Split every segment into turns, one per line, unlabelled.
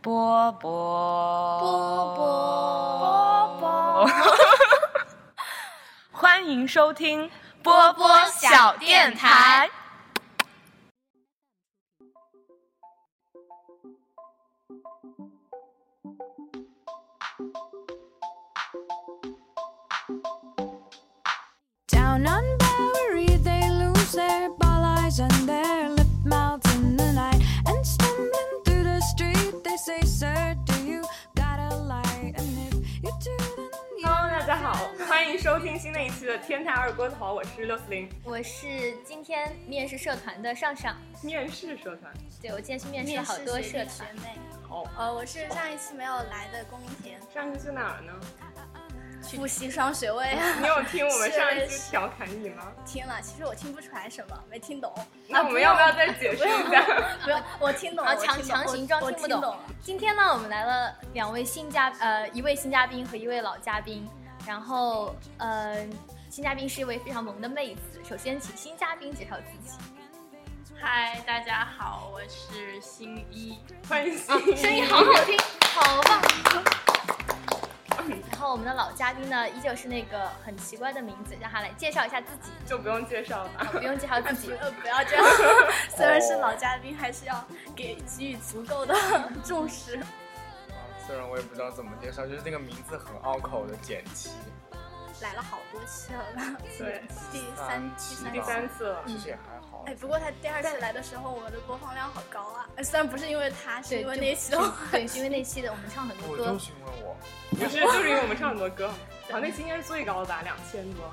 波波
波
波
波
波，欢迎收听
波波小电台。
Down on Bowery, they lose their ball eyes and their lip mouths in the night. And stumbling through the street, they say, Sir, do you got a light? And if you do, then you.
Hello，大家好，欢迎收听新的一期的《天台二锅头》，我是六四零
我是今天面试社团的上上，
面试社团。
对我今天去面试了好多社团，
妹。
哦，
呃，我是上一期没有来的龚明田，
上次去哪儿呢？
复习双学位啊。
你有听我们
是
上一期调侃你吗？
听了，其实我听不出来什么，没听懂。
那我们要不要再解释一 下？
不用，我听懂
啊
了，
强强行装
我
听不
听
懂
懂了。
今天呢，我们来了两位新嘉，呃，一位新嘉宾和一位老嘉宾。然后，呃，新嘉宾是一位非常萌的妹子。首先，请新嘉宾介绍自己。
嗨，大家好，我是新一。
欢迎新
声音好好听，好棒！然后我们的老嘉宾呢，依旧是那个很奇怪的名字，让他来介绍一下自己，
就不用介绍了。
不用介绍自
不
己。
呃不要 这样，虽然是
哦
老嘉宾，还是要给给予足 够的重视。
啊虽然我也不知道怎么介绍，就是那个名字很拗口的简七，
来了好多期了 吧？
对，
第三第
期
三
第
期。
三次了，
其实也还好
嗯
哎，。不过他第二次来的时候，我们的播放量好高啊！呃虽然不是因为他， 是
对，
因为
就
那期的话，
对，是因为那期的我们唱很多
我
歌
就，询问我
不是，就是因为我们唱很多歌，好，那期应该是最高的吧，两千多。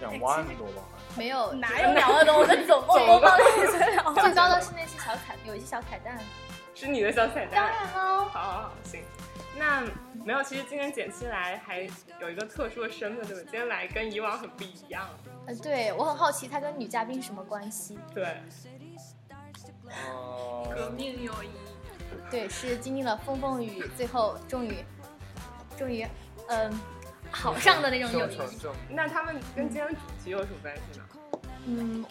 两万多 吧，
没有
哪有两万多？我 们总共
总
播放量才两万多
最高的是那期小彩，有一期小彩蛋。
是你的小彩
当
蛋。
然喽，
好好好，行。那没有，其实今天简七来还有一个特殊的身份，对吧？今天来跟以往很不一样。
呃，对我很好奇，他跟女嘉宾什么关系？
对，
革
呃，
命友谊，
对，是经历了风风雨雨，最后终于，终于，嗯、好上的那种友
就
谊。
成正
那他们跟今天的主题有什么关系呢？
嗯，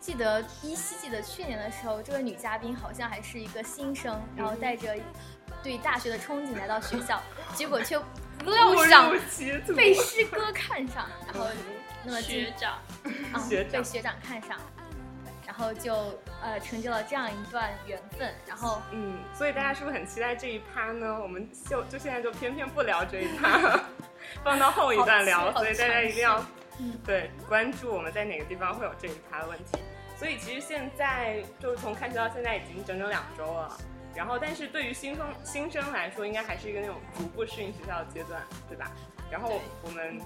记得依稀记得去年的时候，这位女嘉宾好像还是一个新生，然后带着对大学的憧憬来到学校，结果却不料
误
想
入歧途。
被师哥看上，然后那么今
学长，
啊
学长
被学长看上，然后就呃成就了这样一段缘分，然后
嗯，所以大家是不是很期待这一趴呢？我们就就现在就偏偏不聊这一趴， 放到后一段聊，
好嗯
所
奇
以大家一定要对关注我们在哪个地方会有这一趴的问题。所以其实现在就是从开学到现在已经整整两周了，然后但是对于新生新生来说，应该还是一个那种逐步适应学校的阶段，对吧？然后我们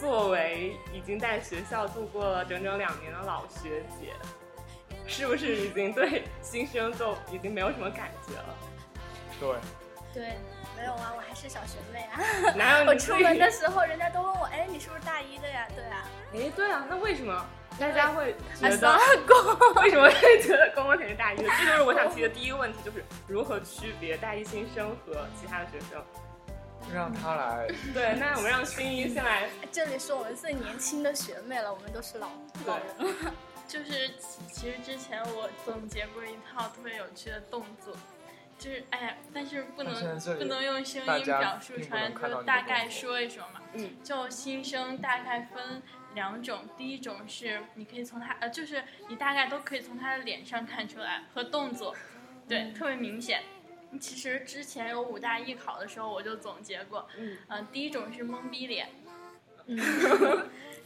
作为已经在学校度过了整整两年的老学姐，是不是已经对新生就已经没有什么感觉 了？
对，
对
没有啊，我还是小学妹啊。
哪有
我
你自
出
己
门的时候，人家都问我，哎，你是不是大一的呀？对啊，
哎，对啊，那为什 么大家会觉
哎
得为什么会觉得公公才是大一的？这就是我想提的第一个问题，就是如何区别大一新生和其他的学 生。
让他来，
对，那我们让新一先来，
这里是我们最年轻的学妹了，我们都是老
对
老人。
就是其其实之前我总结过一套特别有趣的动作，就是哎呀，但是不
那现在
能
这里
不能用声
大
音
家
表述
并
出
不
来，
能看到
就
你的
大
动
概
作
说一说嘛。
嗯，
就新生大概分两种，第一种是你可以从他呃，就是你大概都可以从他的脸上看出来和动作，对，特别明显。其实之前有五大艺考的时候，我就总结过，
嗯，
呃，第一种是懵逼脸，
嗯，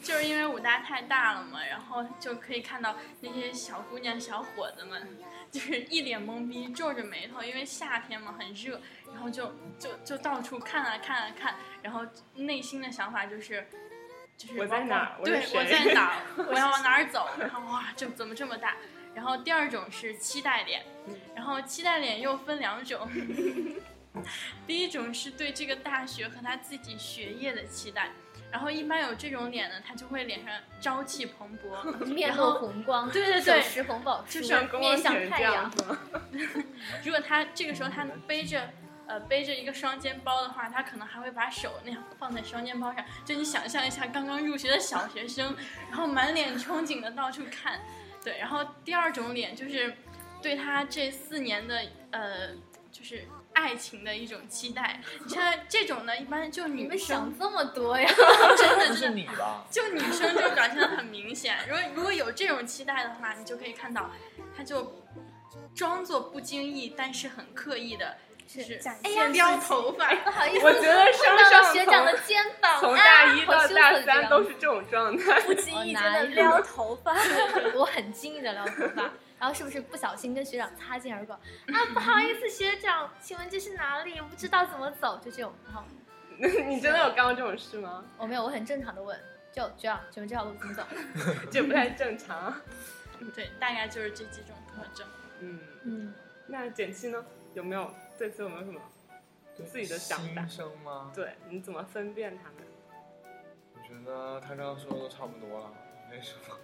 就是因为武大太大了嘛，然后就可以看到那些小姑娘、小伙子们， 就是一脸懵逼，皱着眉头，因为夏天嘛很热，然后就就就到处看啊看啊看，然后内心的想法就是。就是
我在哪儿我是
对，
谁
我在哪儿？ 我要往哪儿走？然后哇，这怎么这么大？然后第二种是期待脸，
嗯
然后期待脸又分两种， 第一种是对这个大学和他自己学业的期待，然后一般有这种脸呢，他就会脸上朝气蓬勃，
面露红光，
对对
手
对
持红宝石，
就是
像公
面
公
向
前
太
这
阳
样。子。
如果他这个时候他背着呃背着一个双肩包的话，他可能还会把手那样放在双肩包上。就你想象一下，刚刚入学的小学生，然后满脸憧憬的到处看，对。然后第二种脸就是对他这四年的呃就是爱情的一种期待。你像这种呢，一般就
你
女
们
生
想这么多呀？
真
不
的就是
是你吧？
就女生就表现的很明显。如果如果有这种期待的话，你就可以看到，她就装作不经意，但是很刻意的，就是
展
哎呀
现
撩头发。
不好意思，
我觉得上
碰到
上
了学长的肩膀，
从
啊
大一
好
到
羞
大
涩的
三
样
都
子
是这种状态。
不经意
好
间
难
的
哟
撩头 发，
我很经意的撩头发，然后是不是不小心跟学长擦肩而过？啊，不好意思，学长，请问这是哪里？我不知道怎么走，就这种。然后
你真的有干过这种事吗？
我哦没有，我很正常的问，就学长，请问这条路怎么走？
这不太正常。
对，大概就是这几种特征。
嗯，
嗯，
那减七呢？有没有对此有没有什么 自己的想法
新？生吗？
对，你怎么分辨他们？
我觉得他刚刚说的都差不多了，没什么。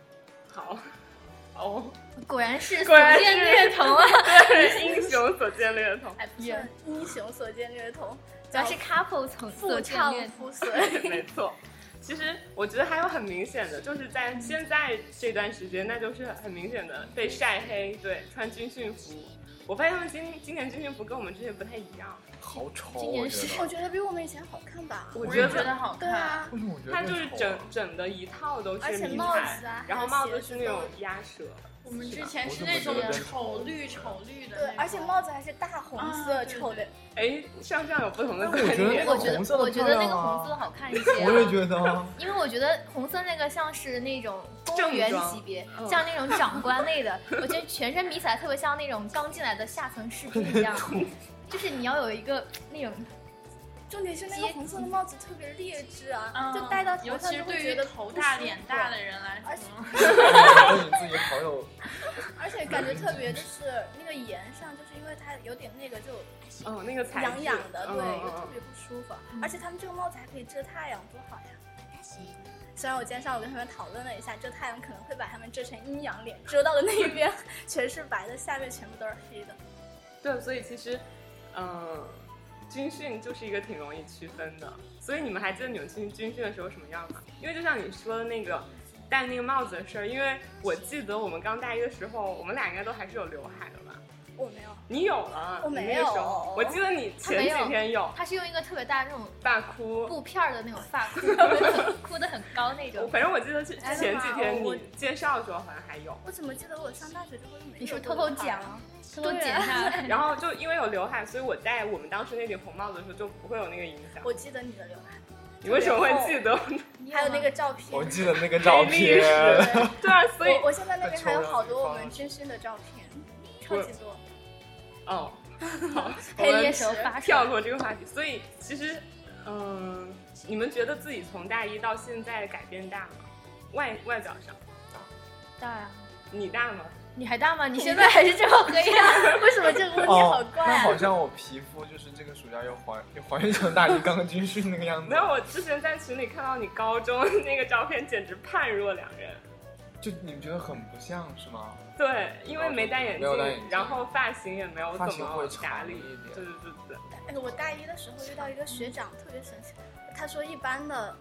好， 哦，
果然是
果然
所见
是
略同啊，哎
英雄所见略同。
还不算英雄所见略同，
主要是 couple 从
腹
所见
畅
略
肤损。
没错。其实我觉得还有很明显的，就是在现在这段时间，那就是很明显的被晒黑，对，穿军训服。我发现他们今今年军训服跟我们之前不太一样，
好丑，
今年
我觉
是
得。
我觉得比我们以前好看吧。
我
我
觉
也
得
觉得好
对
看。
啊，
为什么我觉得
它就是
丑啊
整整的一套都
而
是
且
迷
帽
彩，
子啊
然后
还有
帽
鞋
子是
子
那种
都
鸭舌，
我们之前是
是吧
那种
我怎么觉得
丑绿丑绿的那
对
种，，嗯
而且帽子还是大红色，
啊
丑的
哎，上上有不同的
但我
观
觉得
点
哎那
我
个
觉得
红色的
我觉
漂
得
亮
那个
啊
红色好 看一些、啊。
我也觉得啊，
因为我觉得红色那个像是那种公务
正
员
装
级别
嗯，
像那种长官类的，我觉得全身迷彩特别像那种刚进来的下层士兵 一样，就是你要有一个那种
重点是那个红色的帽子特别劣质啊，
嗯
就戴到头
尤
上
其
就是会
对
觉
于
得
头
不
大
舒
脸
服
大的人来
而且
说，
觉得你自己好有
而且感觉特别就是那个沿上，就是因为它有点那个就
哦，那个材质
痒痒的，
嗯
对，
嗯
又特
嗯
别不舒服。而且他们这个帽子还可以遮太阳，多好呀！虽然我今天上午跟他们讨论了一下，遮太阳可能会把他们遮成阴阳脸，遮到的那一边全是白的，下面全部都是黑的。
对，所以其实，嗯、军训就是一个挺容易区分的。所以你们还记得你们去军训的时候什么样吗？因为就像你说的那个戴那个帽子的事儿，因为我记得我们刚大一的时候，我们俩应该都还是有刘海的吧？
我没有，
你有了，
我
你
没
那个时候
有
我记得你前
他没有
几天有
它是用一个特别大的那种
发箍。
布片儿的那种发 箍，很箍的很高那
我
种。
反正我记得是
哎
前几天
我
你介绍的时候好像还有，
我怎么记得我上大学之后就没有
你是不是
过
偷偷
刘海
讲
啊？，
偷偷
对
剪
啊
下 来。
然后就因为有刘海，所以我戴我们当时那顶红帽子的时候就不会有那个影响。
我记得你的刘海，
你为什么会记得？
你
还有那
吗
个照片。
我记得那个照片，
对，
对啊，所以
我我现在那边还有好多我
在抽
们
了
军训的照片，超级多。
哦， 好，
黑
我
夜
们
时候发
跳
射，
过这个话题。所以其实，嗯、你们觉得自己从大一到现在改变大吗？外外表上，
大呀！
你大吗？
你还大吗？你现在还是这么黑呀？
为什么这个 问题好
哦，
怪
那
啊？
好像我皮肤就是这个暑假又还又还原成大理刚刚军训那个样子
没，有，我之前在群里看到你高中那个照片，简直判若两人。
就你们觉得很不像是吗？
对，因为没戴眼
没有戴眼镜
然后发型也没有
发
怎
型
么
会长
打理
一点
对对对对，
哎，我大一的时候遇到一个学长，特别神奇。他说一般的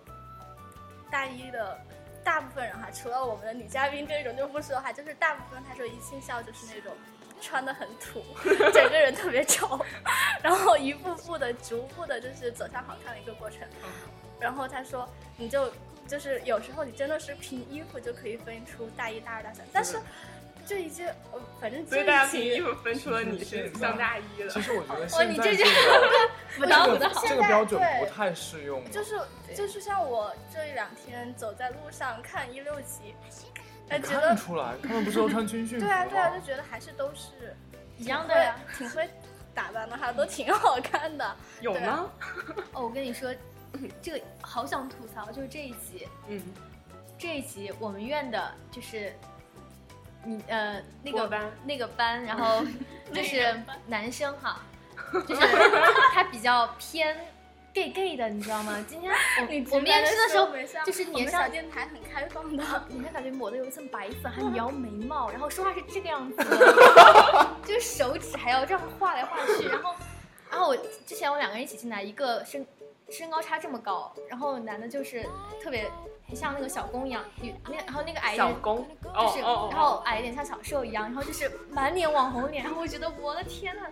大一的大部分人哈，除了我们的女嘉宾这种就不说哈，就是大部分他说一进校就是那种穿的很土， 整个人特别丑， 然后一步步的、逐步的，就是走向好看的一个过程。
嗯
然后他说，你就就是有时候你真的是凭衣服就可以分出大一、大二、大三，但是这一届，呃反正
所
这
以大
一
家凭衣
期。
服分出了你是上大一 的
其。实我觉
哦
得
哇
现
你
在
这
这
就
个
不
这
到 不到
个。这个标准
现在对
不太适用了，
就是就是像我这一两天走在路上看一六级，哎，
你
觉
看得
得
出来，他们不是都穿军训服
对
吗
啊对啊，就觉得还是都是
一
挺
样
会
的呀。
挺会打扮的哈，都挺好看的。
有吗？
哦，我跟你说，这个好想吐槽，就是这一集，
嗯，
这一集我们院的就是你呃那
我
个
班
那个班，然后就是男生哈，就是他比较偏 gay gay 的，你知道吗？今天 我我面试的时候，就是
我
脸
们小
上
电台很开放的，
脸上感觉抹的有一层白粉，还描眉毛，然后说话是这个样 子的，就是手指还要这样画来画去，然后然后我之前我两个人一起进来，一个身身高差这么高，然后男的就是特别像那个小公一样，女那然后那个矮
小
人
公，
就
哦
是，
哦
然
哦，
后矮一点像小瘦一样，然后就是满脸网红脸，然后我觉得我的天呐，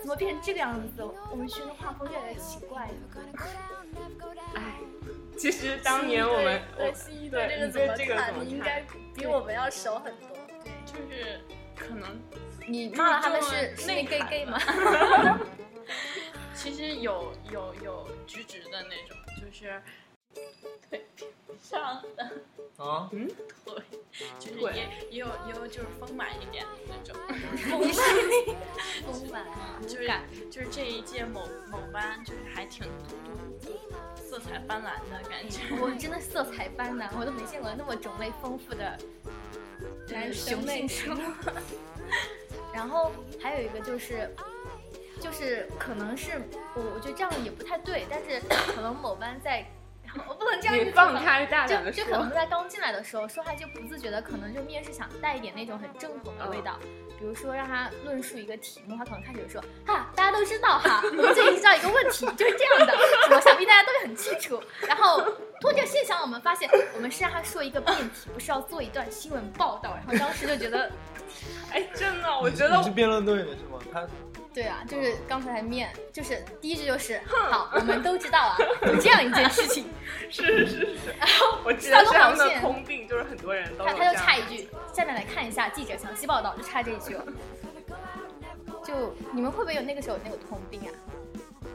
怎么变成这个样子？我们学的画风越来越奇怪。
哎，其实当年我们，
对
我
西医
对
对这个
你
怎
对
么
这个怎么
看？你应
看
该 比我们要熟很多。
就是可能
你骂了他们是
注
是
重
那
内
gay
涵
gay 吗？
其实有有有直直的那种，就是腿上的
啊，
腿，就是
腿
也也有也有就是丰满一点的那种，
丰满吗？
就是就是这一届某某班就是还挺独独独色彩斑斓的感觉。
我真的色彩斑斓，我都没见过那么种类丰富的男
雄
雄性
性
生物。 然后还有一个就是，就是可能是我我觉得这样也不太对，但是可能某班在， 我不能这样
你
子
放
说
开大胆
就
的
就可能
说，
在刚进来的时候，说话就不自觉的，可能就面试想带一点那种很正统的味道。比如说让他论述一个题目，他可能开始说：“哈，大家都知道哈，我们这里知道一个问题就是这样的，什么想必大家都会很清楚。”然后通过这个现象，我们发现我们是让他说一个辩题，不是要做一段新闻报道。然后当时就觉得，
哎，真 的，我觉得
你是辩论队的是吗？他
对啊，就是刚才面，就是第一句就是“好，我们都知道啊，有这样一件事情。
是是是，我记得是他们的通病，就是很多人都
哦
他”他
有这样
就差一句：“下面来看一下记者详细报道。”就差这一句了。就你们会不会有那个时候那个通病啊？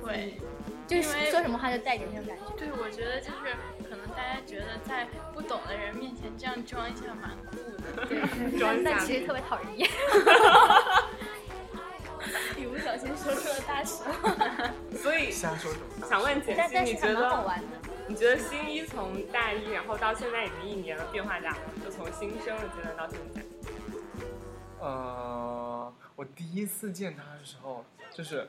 对，
就是
因为
说什么话就带点那种感觉。
对，我觉得就是可能大家觉得在不懂的人面前这样装一下蛮酷的。
装
但
下
但其实特别讨人厌。你不小心说出了大实话，
所以
瞎说什么？
想问简
但
溪，
但
你
是还
觉
蛮好
得
玩的。
你觉得新一从大一，然后到现在已经一年了，变化大吗？就从新生的阶段到现在，
呃，我第一次见他的时候，就是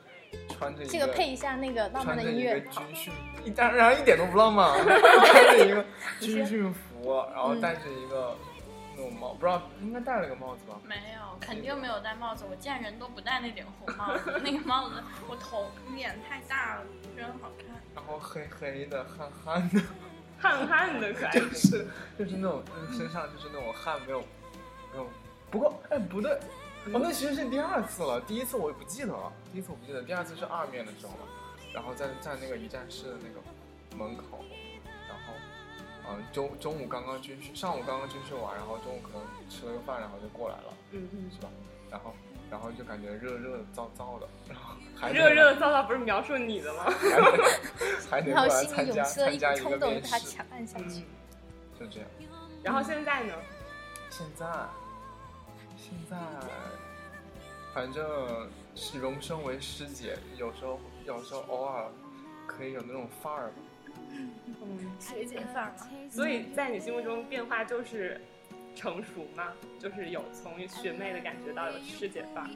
穿着一
这个配一下那个浪漫
穿
的
着
音
一个
乐，
军训，一当然一点都不浪漫，啊， 穿 着一个军训服，然后
嗯
戴着一个那种帽，不知道应该戴了个帽子吧？
没有，肯定没有戴帽子。我见人都不戴那顶红帽子， 那个帽子我头脸太大了，不是很好看。
然后黑黑的、憨憨的，
憨憨的可爱
就。是就是那种就是身上就是那种汗没有没有。不过哎不对，哦那其实是第二次了，第一次我也不记得了，第一次我不记得，第二次是二面的时候了，然后在在那个一站式的那个门口，然后。嗯，中中午刚刚军训，上午刚刚军训完，然后中午可能吃了个饭，然后就过来了。
嗯嗯，
是吧？然后，然后就感觉热热燥燥的，然后还
热热燥燥不是描述你的吗？
还得
然
过
后
来
心
参
里
加
涌起了
参
一
加
股
一个
冲动，
面
把它
试，
强按下去。
就这样。
嗯然后现在呢？
现在，现在，反正是荣升为师姐，有时候有时候偶尔可以有那种范儿吧。
嗯，
学姐范儿吗？
所以在你心目中变化就是成熟吗？就是有从学妹的感觉到有师姐范儿。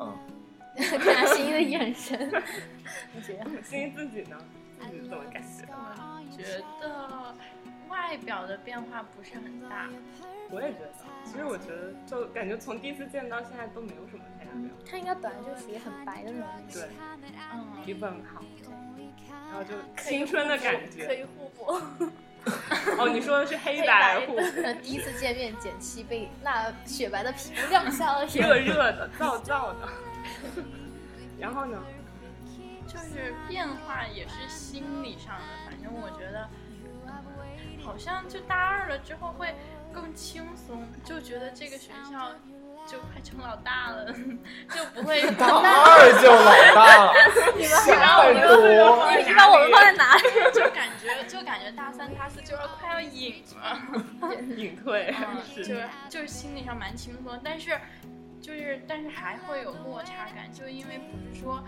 嗯，
看他心一的眼神，你觉得？
心怡自己呢？自己怎么感觉？
觉得外表的变化不是很大，
我也觉得，其实我觉得就感觉从第一次见到现在都没有什么太大变化，
他应该本来就属于很白的那种类型。
对，
嗯，
皮肤很好，然后就青春的感
可
觉。
以互补，
哦，你说的是黑
黑
白
白
护，
呃第一次见面，简七被那雪白的皮肤亮瞎 了眼。
热热的、燥燥的。然后呢？
就是变化也是心理上的，反正我觉得嗯好像就大二了之后会更轻松，就觉得这个学校就快成老大了， 就不会
二就老大 了，想太多。
你把我们放在哪里？
就感觉就感觉大三大四就要快要隐了，
隐退
嗯
是
就是就是心理上蛮轻松，但是就是但是还会有落差感，就因为不是说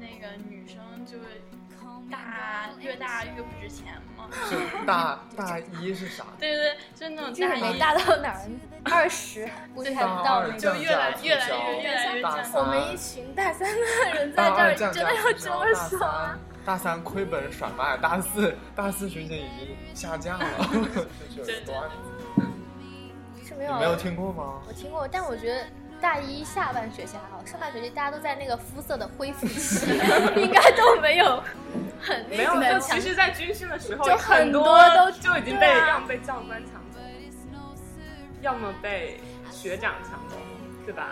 那个女生就大越大越不值钱嘛，
就大大一是啥？
对对，对，就那种
就是
大
没
一
大到哪儿， 二十估计还
大
不到
二
那种。
就
降
越来
价促
越来
销
越越来越
大
降
三
我们一群大三的人在这
二
儿，
降
真
价
的要
促
这
销
么
大
说吗
三？大三亏本甩卖，大四大四学姐已经下架了， 就是有多暗
是没
你
有
没有听过吗？
我听过，但我觉得大一下 半学期还好，上半学期大家都在那个肤色的恢复期，应该都没有很
没有，
很
就
强
其实，在军训的时候，
就
很
很多都
就已经被、
对啊
要么被教官抢走，要么被学长抢走，对吧？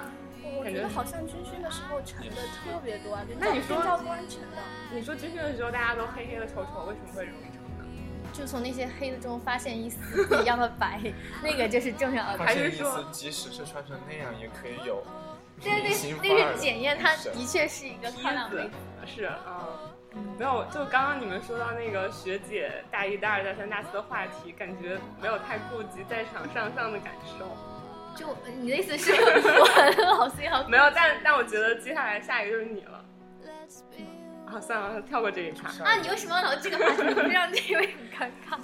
我觉得好像军训的时候沉的特别多啊，跟
那你
教
说
跟教官沉的。
你说军训的时候大家都黑黑的丑丑，为什么会容易成呢？
就从那些黑的中发现一丝不一样的白， 那个就是正常 的。
还
发
是
现意
说
思，即使是穿成那样，也可以有
对
明星范
对，
儿
那
的
是检验他
女生
的确是一个漂亮妹子。
是嗯，没有，就刚刚你们说到那个学姐大一、大二、大三、大四的话题，感觉没有太顾及在场上上的感受。
就你的意思是 我很好心好
没有，但但我觉得接下来下一个就是你了。好，算了，跳过这一趴。
啊？你为什么要聊这个话题？你不让这位很尴 尬。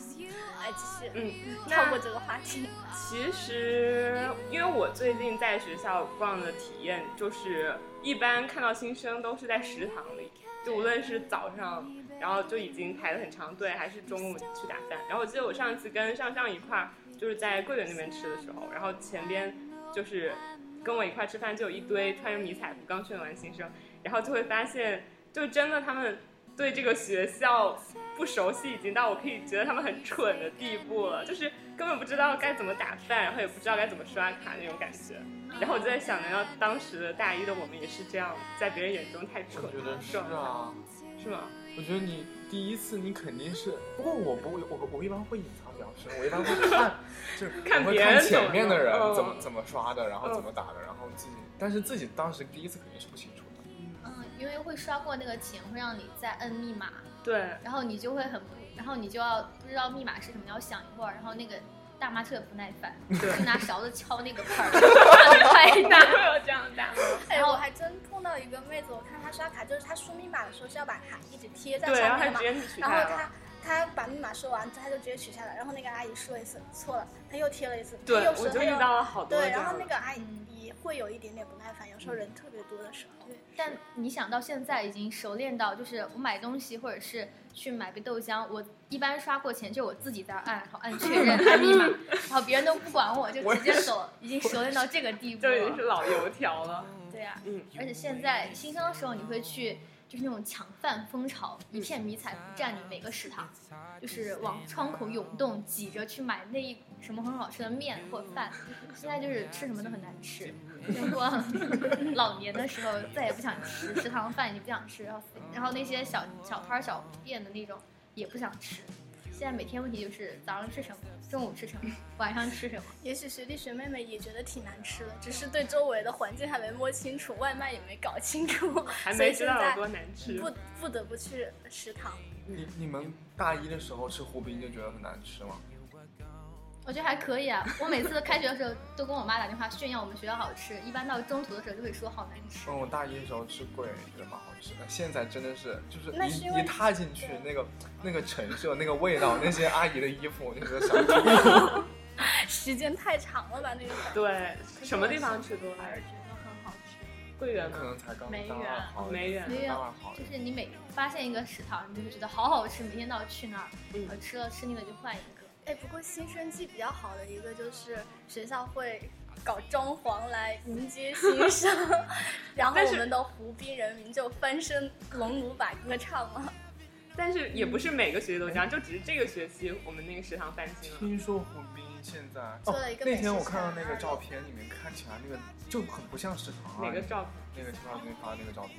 哎，继续
嗯，那
跳过这个话题。
其实，因为我最近在学校逛的体验，就是一般看到新生都是在食堂里，就无论是早上，然后就已经排了很长队，还是中午去打饭。然后我记得我上一次跟上上一块儿，就是在桂园那边吃的时候，然后前边就是跟我一块儿吃饭，就有一堆穿着迷彩服刚训完新生，然后就会发现，就真的他们对这个学校不熟悉，已经到我可以觉得他们很蠢的地步了，就是根本不知道该怎么打饭，然后也不知道该怎么刷卡那种感觉。然后我就在想，难道当时的大一的我们也是这样，在别人眼中太蠢
我觉
了
得，是啊，
是吗？
我觉得你第一次你肯定是，不过我不会，我我一般会隐藏比较深，我一般会看，就 是
看
我会
别人
看
怎么
前面的人
弄嗯嗯
怎么怎么刷的，然后怎么打的，然后自己，但是自己当时第一次肯定是不清楚的。
嗯，因为会刷过那个钱，会让你再摁密码，
对，
然后你就会很不，然后你就要不知道密码是什么，你要想一会儿，然后那个大妈特别不耐烦，
对
就拿勺子敲那个块儿， 很快
哪
打。
会有这样的大妈？
哎，
然后
我还真碰到一个妹子，我看她刷卡，就是她输密码的时候是要把卡一直贴在
对，然
上
后他
面
直
嘛，
接取
然
下来
后
了。
她她把密码说完，她就直接取下来，然后那个阿姨说一次错了，她又贴了一次，她
对，
又
我
说
就
她
遇
又
到了好多这
对，然
样
后那
的。
个阿姨会有一点点不耐烦，有时候人特别多的时
嗯
候，
但你想到现在已经熟练到，就是我买东西或者是去买杯豆浆，我一般刷过钱就我自己在那儿按，然后按确认、按密码， 然后别人都不管我，就直接走，已经熟练到这个地步
就已经是
了。
老油条了，
对啊，
嗯，
而且现在新生的时候，你会去就是那种抢饭风潮，一片迷彩服占领每个食堂，就是往窗口涌动，挤着去买那一什么很好吃的面或饭。现在就是吃什么都很难吃，经过老年的时候再也不想吃食堂饭，也不想吃，然后然后那些小小摊儿小店的那种也不想吃。现在每天问题就是早上吃什么，中午吃什么，晚上吃什么。
也许学弟学妹们也觉得挺难吃的，只是对周围的环境还没摸清楚，外卖也没搞清楚，
还
所
没
以
知
现
道有
在
多难吃。
不不得不去食堂。
你你们大一的时候吃胡饼就觉得很难吃吗？
我觉得还可以啊。我每次开学的时候都跟我妈打电话炫耀我们学校好吃，一般到中途的时候就会说好难吃。
嗯，我大一的时候吃桂圆觉得蛮好吃的，现在真的是就是
那是因
一
为
一踏进去那个那个陈设、那个味道、那些阿姨的衣服，我就觉得想吐。
时间太长了吧，那个饭
对，什么地方吃多了？
还是觉得很好吃。
桂圆
可
吗？
能才刚
没
大二
缘
好，
没缘
没有
大二好一点。
就是你每发现一个食堂，你就会觉得好好吃，每天都要去那儿，
嗯
呃，吃了吃腻了就换一个。
哎，不过新生季比较好的一个就是学校会搞装潢来迎接新生，然后
但
我
是
们的湖滨人民就翻身龙舞把歌唱了。
但是也不是每个学期都这样，就只是这个学期我们那个食堂翻新了。
听说湖滨现在
做
哦
了一个，美
那
食
天我
城
看到那个
二
照片，里面看起来那个就很不像食堂啊。
哪个照片？
那个学校给你发的那个照片，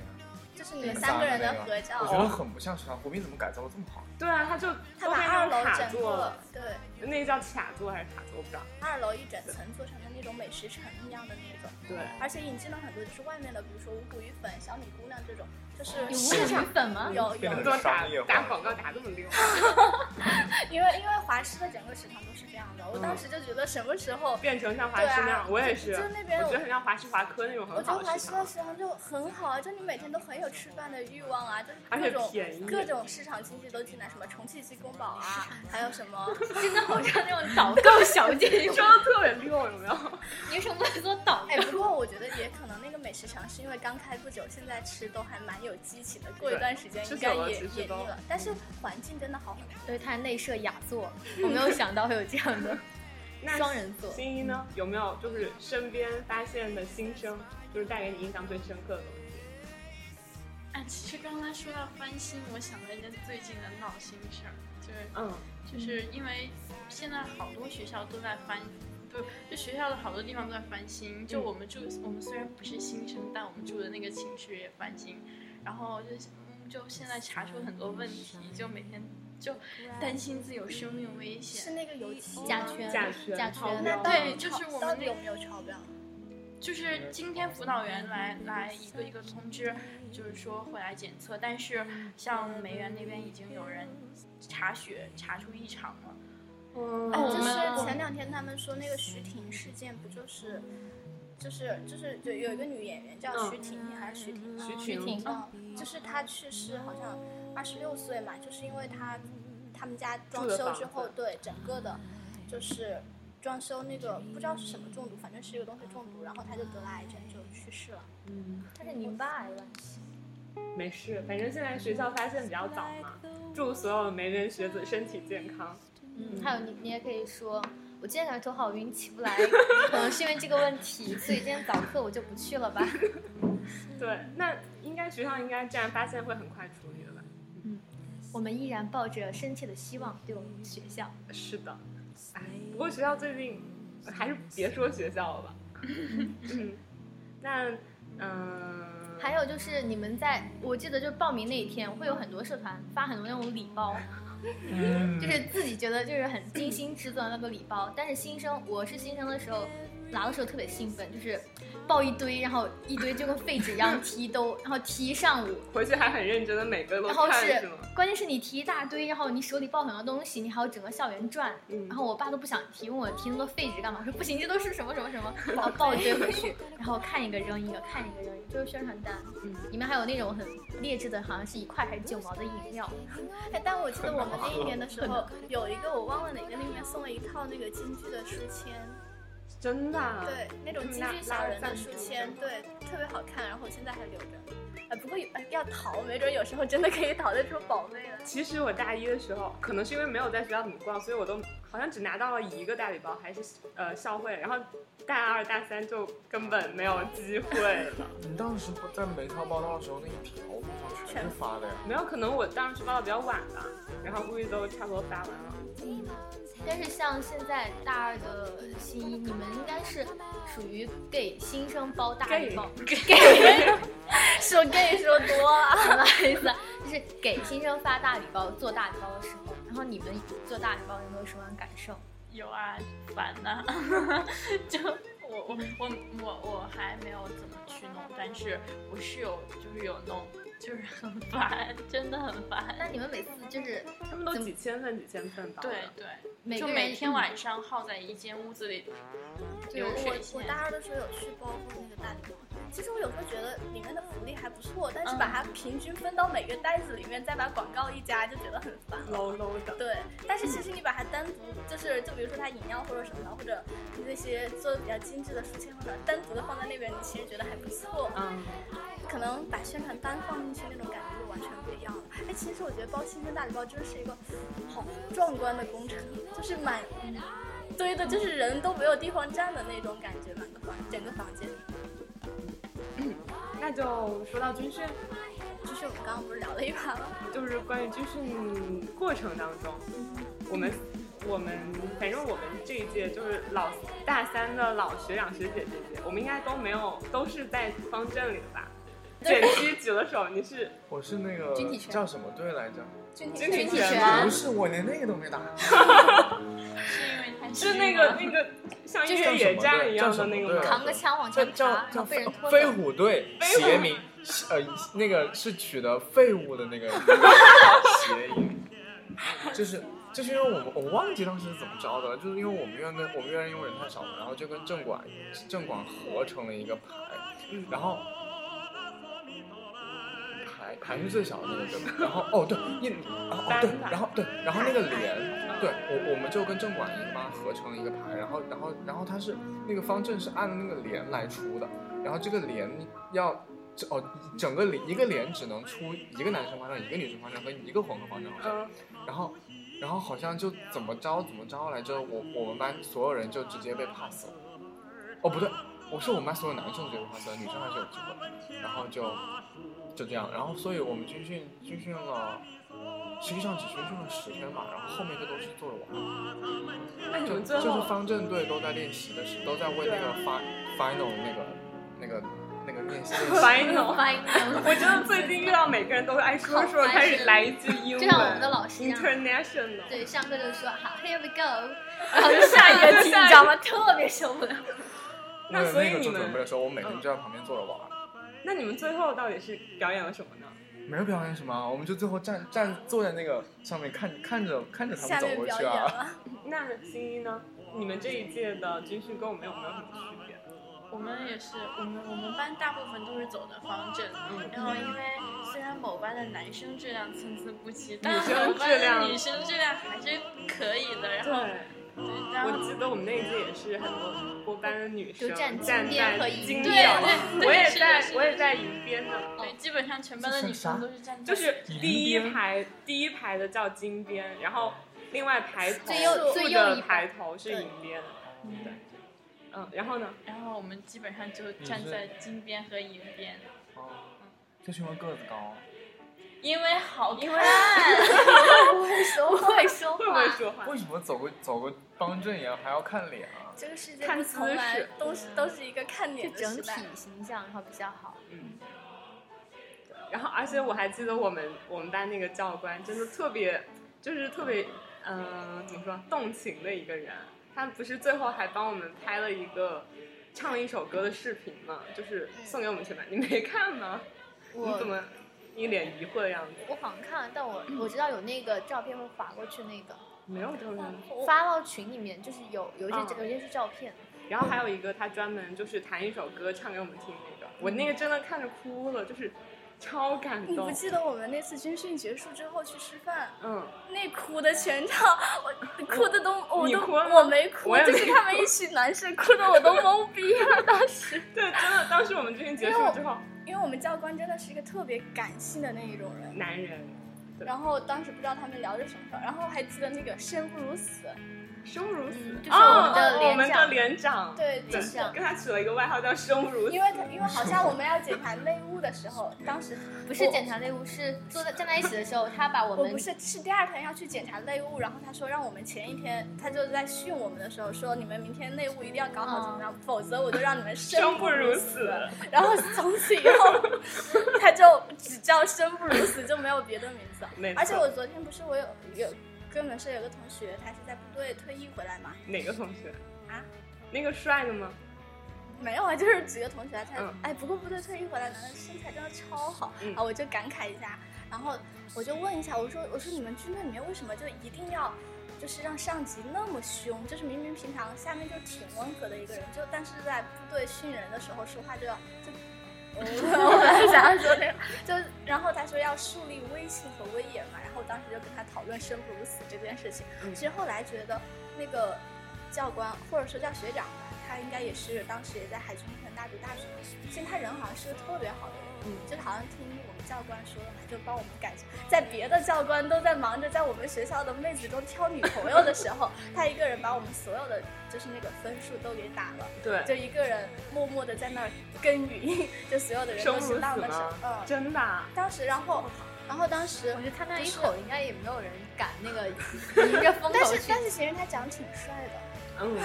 就是你们三个人嗯的合
我觉得
照，
很不像食堂。湖滨怎么改造的这么好？
对啊，他就
他
都
把
被
二
那种
楼
卡
整
座
个
了，
对
那个叫卡座还是卡座？我不知道。
二楼一整层做成了那种美食城一样的那种，
对，
而且引进了很多就是外面的，比如说五谷鱼粉、小米姑娘这种，就是嗯
有无
市
籽
场
粉吗？
有
变
有
得
做
很
打
商业化
打广告打这么溜，
因为因为华师的整个食堂都是这样的，我当时就觉得什么时候，
变成像华师那
对
样
啊，
我也是，
就就那边
我觉得很像华师华科那种
我
很
觉
好
得华
的
师
食
的
堂，
食堂就很好啊，就你每天都很有吃饭的欲望啊，就是
而
各
且
种
便宜
各种市场经济都进来，什么重庆鸡公煲啊，还有什 么
真的好像那种导购小姐用
说，的特别溜，有没有？
你为什么不能做导购
哎，？不过我觉得也可能那个美食城是因为刚开不久，现在吃都还蛮有激情的，过一段时间
吃
应
久
该
了
也
其实
也腻
都
了。但是环境真的好很多。
因为它内设雅座，我没有想到会有这样的
那
双人座。
新一呢，有没有就是身边发现的新生，就是带给你印象最深刻的东西？
哎，其实刚才说到翻新，我想了一件最近的闹心事儿，就是
嗯，
就是因为现在好多学校都在翻，不，就学校的好多地方都在翻新。就我们住，我们虽然不是新生，但我们住的那个寝室也翻新。然后就嗯就现在查出很多问题，就每天就担心自己有生命危
是
险。
那个油漆
甲
吗
醛，
甲醛
甲
超标
醛，
那到底
对就是
超
我们
到
那嗯
底有没有超标？
就是今天辅导员来来一个一个通知，就是说会来检测，但是像梅园那边已经有人查血查出异常了。
哎，
我
就
们嗯
是前两天他们说那个徐婷事件，不就是，就是就是有有一个女演员叫
嗯
徐婷婷还是徐婷？
徐
徐
婷
婷，
嗯，就是她去世好像二十六岁嘛，就是因为她他们家装
住的
修
房
之后
子，
对整个的，就是装修那个不知道是什么中毒，反正是一个东西中毒，然后她就得了癌症就去世了。
它是淋巴癌吧？
没事，反正现在学校发现比较早嘛。祝所有梅人学子身体健康。
嗯，还有你，你也可以说，我今天感觉头好晕，起不来，可能是因为这个问题，所以今天早课我就不去了吧。
对，那应该学校应该这样发现会很快处理的吧？
我们依然抱着深切的希望对我们学校。
是的，哎，不过学校最近还是别说学校了吧。嗯，那嗯，
还有就是你们在，我记得就是报名那一天，会有很多社团发很多那种礼包，
嗯
就是自己觉得就是很精心制作的那个礼包。但是新生，我是新生的时候拿的时候特别兴奋，就是抱一堆，然后一堆就跟废纸一样提兜，然后提一上午，
回去还很认真的每个都
然后
看
是
吗？
关键是你提一大堆，然后你手里抱很多东西，你还要整个校园转。
嗯
然后我爸都不想提，问我提那么多废纸干嘛？我说不行，这都是什么什么 什么，然后抱一堆回去，然后看一个扔一个，看一个扔一个，就是宣传单。
嗯
里面还有那种很劣质的，好像是一块还是九毛的饮料。
哎，但我记得我们那一年的时候，有一个我忘了哪个，那里面送了一套那个京剧的书签，
真的啊，
对，那种京剧小人的书签，对，特别好看，然后我现在还留着。哎，不过有哎要淘，没准有时候真的可以淘得出宝贝来。
其实我大一的时候，可能是因为没有在学校怎么逛，所以我都好像只拿到了一个大礼包，还是呃校会。然后大二、大三就根本没有机会了。
你当时不在梅超报道的时候，那一条路上全是发的呀。
没有，可能我当时报的比较晚吧，然后估计都差不多发完了。
但是像现在大二的新一，你们应该是属于给新生包大礼包， 给说 gay 说多了，不好意思啊，就是给新生发大礼包、做大礼包的时候，然后你们做大礼包有没有什么感受？
有啊，烦呐、 就我我我我我还没有怎么去弄，但是我室友就是有弄，就是很烦，真的很烦。
那你们每次就是
他们都
怎么
几千份、几千份包的。
对对，
每
就
个
每
人
天晚上耗在一间屋子里流
我
水
我
线。
大二的时候有去包过那个大礼包，其实我有时候觉得里面的福利还不错，但是把它平均分到每个袋子里面，再把广告一加，就觉得很烦了。
，low low 的。
对，但是其实你把它单独，就是就比如说它饮料或者什么的，或者那些做的比较精致的书签或者单独的放在那边，你其实觉得还不错。
嗯，
可能把宣传单放进去那种感觉就完全不一样了。哎，其实我觉得包新生大礼包真是一个好壮观的工程，就是满嗯堆的，就是人都没有地方站的那种感觉，满个房整个房间里。
那就说到军训，
就是我们刚刚不是聊了一把吗？
就是关于军训过程当中，我们我们反正我们这一届就是老大三的老学长学姐这届，我们应该都没有，都是在方阵里的吧？简七举了手，你是
我是那个
军体拳
叫什么队来着？
军
军体
体
拳
拳
不是，我连那个都 没打。
是因为太
是
虚
那
了
个那个像
就
越
是
野战一样的那个
叫什么队
吗？
扛个枪往
叫
前爬，
叫
然
叫
后啊被
飞
人拖
飞
走。
虎队
飞虎
谐名，是呃，那个是取的废物的那个谐音，就是就是因为我们我忘记当时是怎么着的了，就是因为我们院的我们院因为人太少了，然后就跟政管政管合成了一个牌，然后。嗯牌牌是最小的那个，然后哦对，一哦哦对
单，排
然后对，然后那个连对我，我们就跟正管姨妈合成了一个牌，然后，然后，然后它是那个方阵是按那个连来出的，然后这个连要，这哦，整个连一个连只能出一个男生方阵、一个女生方阵和一个混合方
啊
阵，好像，
嗯，
然后，然后好像就怎么着怎么着来着，我我们班所有人就直接被 pass 了，哦不对，我是我们班所有男生觉得他酸，女生还是有机会，然后就就这样，然后所以我们军训军训了，实际上只军训了十天吧，然后后面就都是做着玩。
那你
就
们最
就是
后
方阵队都在练习的时候，都在为那个 fi- final 那个那个那个 练习练习。
final，
发音
我觉得最近遇到每个人都是爱说说，开始来一句英
就
文
像我们的老师一样，
，international。
对，上课就说好，Here we go，然 后就下一 个题，你知道吗？特别受不了。
那
为了
所以
那个
你
做准
们嗯
备的时候，我每个人就在旁边坐着玩儿，
那你们最后到底是表演了什么呢？
没有表演什么啊，我们就最后站站坐在那个上面看看着看着他们
下
走
面
过
表
去
演
啊。
了，
那新一呢？你们这一届的军训跟我们有没有什么区别？
我们也是，我们我们班大部分都是走的方阵，
嗯
然后因为虽然某班的男生质量参差不齐，但
女生
某班
质量
的女生质量还是可以的。然后，对然后
我记得我们那一届也是很多我班的女生
就
站
站
在
金边和银
金
对
边
对对
我也
是的
在
是，的
我也在银边呢。
对，基本上全班的女生都是站
就
在
是
银
第一
边
排第一排的叫金边，然后另外排头
最右
竖
最右
着
一排
排头是银边。对，嗯，然后呢？
然后我们基本上就站在金边和银边，
哦就是因为个子高，
因为好看，
不会说
会不会
话，
说话？
为什么走个走个方阵一样还要看脸啊？
这个世界
看
不
姿
从来
势
都是都是一个看
就
脸的
整
时
体
代。
形象然后比较好。
嗯。然后，而且我还记得我们我们班那个教官真的特别，就是特别，嗯、怎么说，动情的一个人。他不是最后还帮我们拍了一个唱一首歌的视频嘛，就是
嗯
送给我们全班。你没看吗？你怎
我
么一脸疑惑的样子？
我好像看了，但我我知道有那个照片会划过去，那个
没有这个人。
发到群里面，就是有有一些
嗯
有些是照片，
然后还有一个他专门就是弹一首歌唱给我们听那个，我那个真的看着哭了，就是超感
你不
动。
记得我们那次军训结束之后去吃饭，
嗯，
那哭的全场， 我哭的都我
你
都
哭了吗
我没哭，
我也没
就是他们一群男生哭的我都懵逼了，当时。
对，真的，当时我们军训结束之后，
因为我们教官真的是一个特别感性的那一种人，
男人对
然后当时不知道他们聊着什么，然后还记得那个生不如死，
生不如死。
嗯，就是
哦，
我
我们
们
的
的
连长，
对，
对
就
连
是
长
跟他取了一个外号叫“生不如死
因为他因为好像我们要检查内务的时候，当时
不是检查内务，是坐在站在一起的时候，他把我
嗯我
们
不是是第二天要去检查内务，然后他说让我们前一天，他就在训我们的时候说你们明天内务一定要搞好怎
哦
么样，否则我就让你们”，
生
生
不
不
如
如
死
死。。然后从此以后， 他就只叫生不如死，就没有别的名字
没。错
而且我昨天不是我有有跟我们社有个同学，他是在部队退役回来嘛，
哪个同学
啊？
那个帅的吗？
没有啊， 就是几个同学啊他、
嗯
哎，不过部队退役回来，男的身材真的超好、
嗯
啊，我就感慨一下，然后我就问一下，我说我说你们军队里面为什么就一定要就是让上级那么凶？就是明明平常下面就挺温和的一个人，就但是在部队训人的时候说话就要 就。我我本来想要说这个，就然后他说要树立威信和威严嘛，然后我当时就跟他讨论生不如死这件事情。
嗯
其实后来觉得那个教官或者说叫学长吧，他应该也是当时也在海军城大读大学，其实他人好像是个特别好的人，
嗯
就是好像听我们教官说的嘛，就帮我们感觉，在别的教官都在忙着在我们学校的妹子中挑女朋友的时候，他一个人把我们所有的就是那个分数都给打了，
对，
就一个人默默的在那儿耕耘，就所有的人
生
都
不
是
如
浪
死
的时候，
吗？
嗯，
真的啊？
当时然后然后当时
我觉得他那一
就是
口应该也没有人敢那个迎着风
但
头
是
去
但。是其实他长挺帅的，
嗯，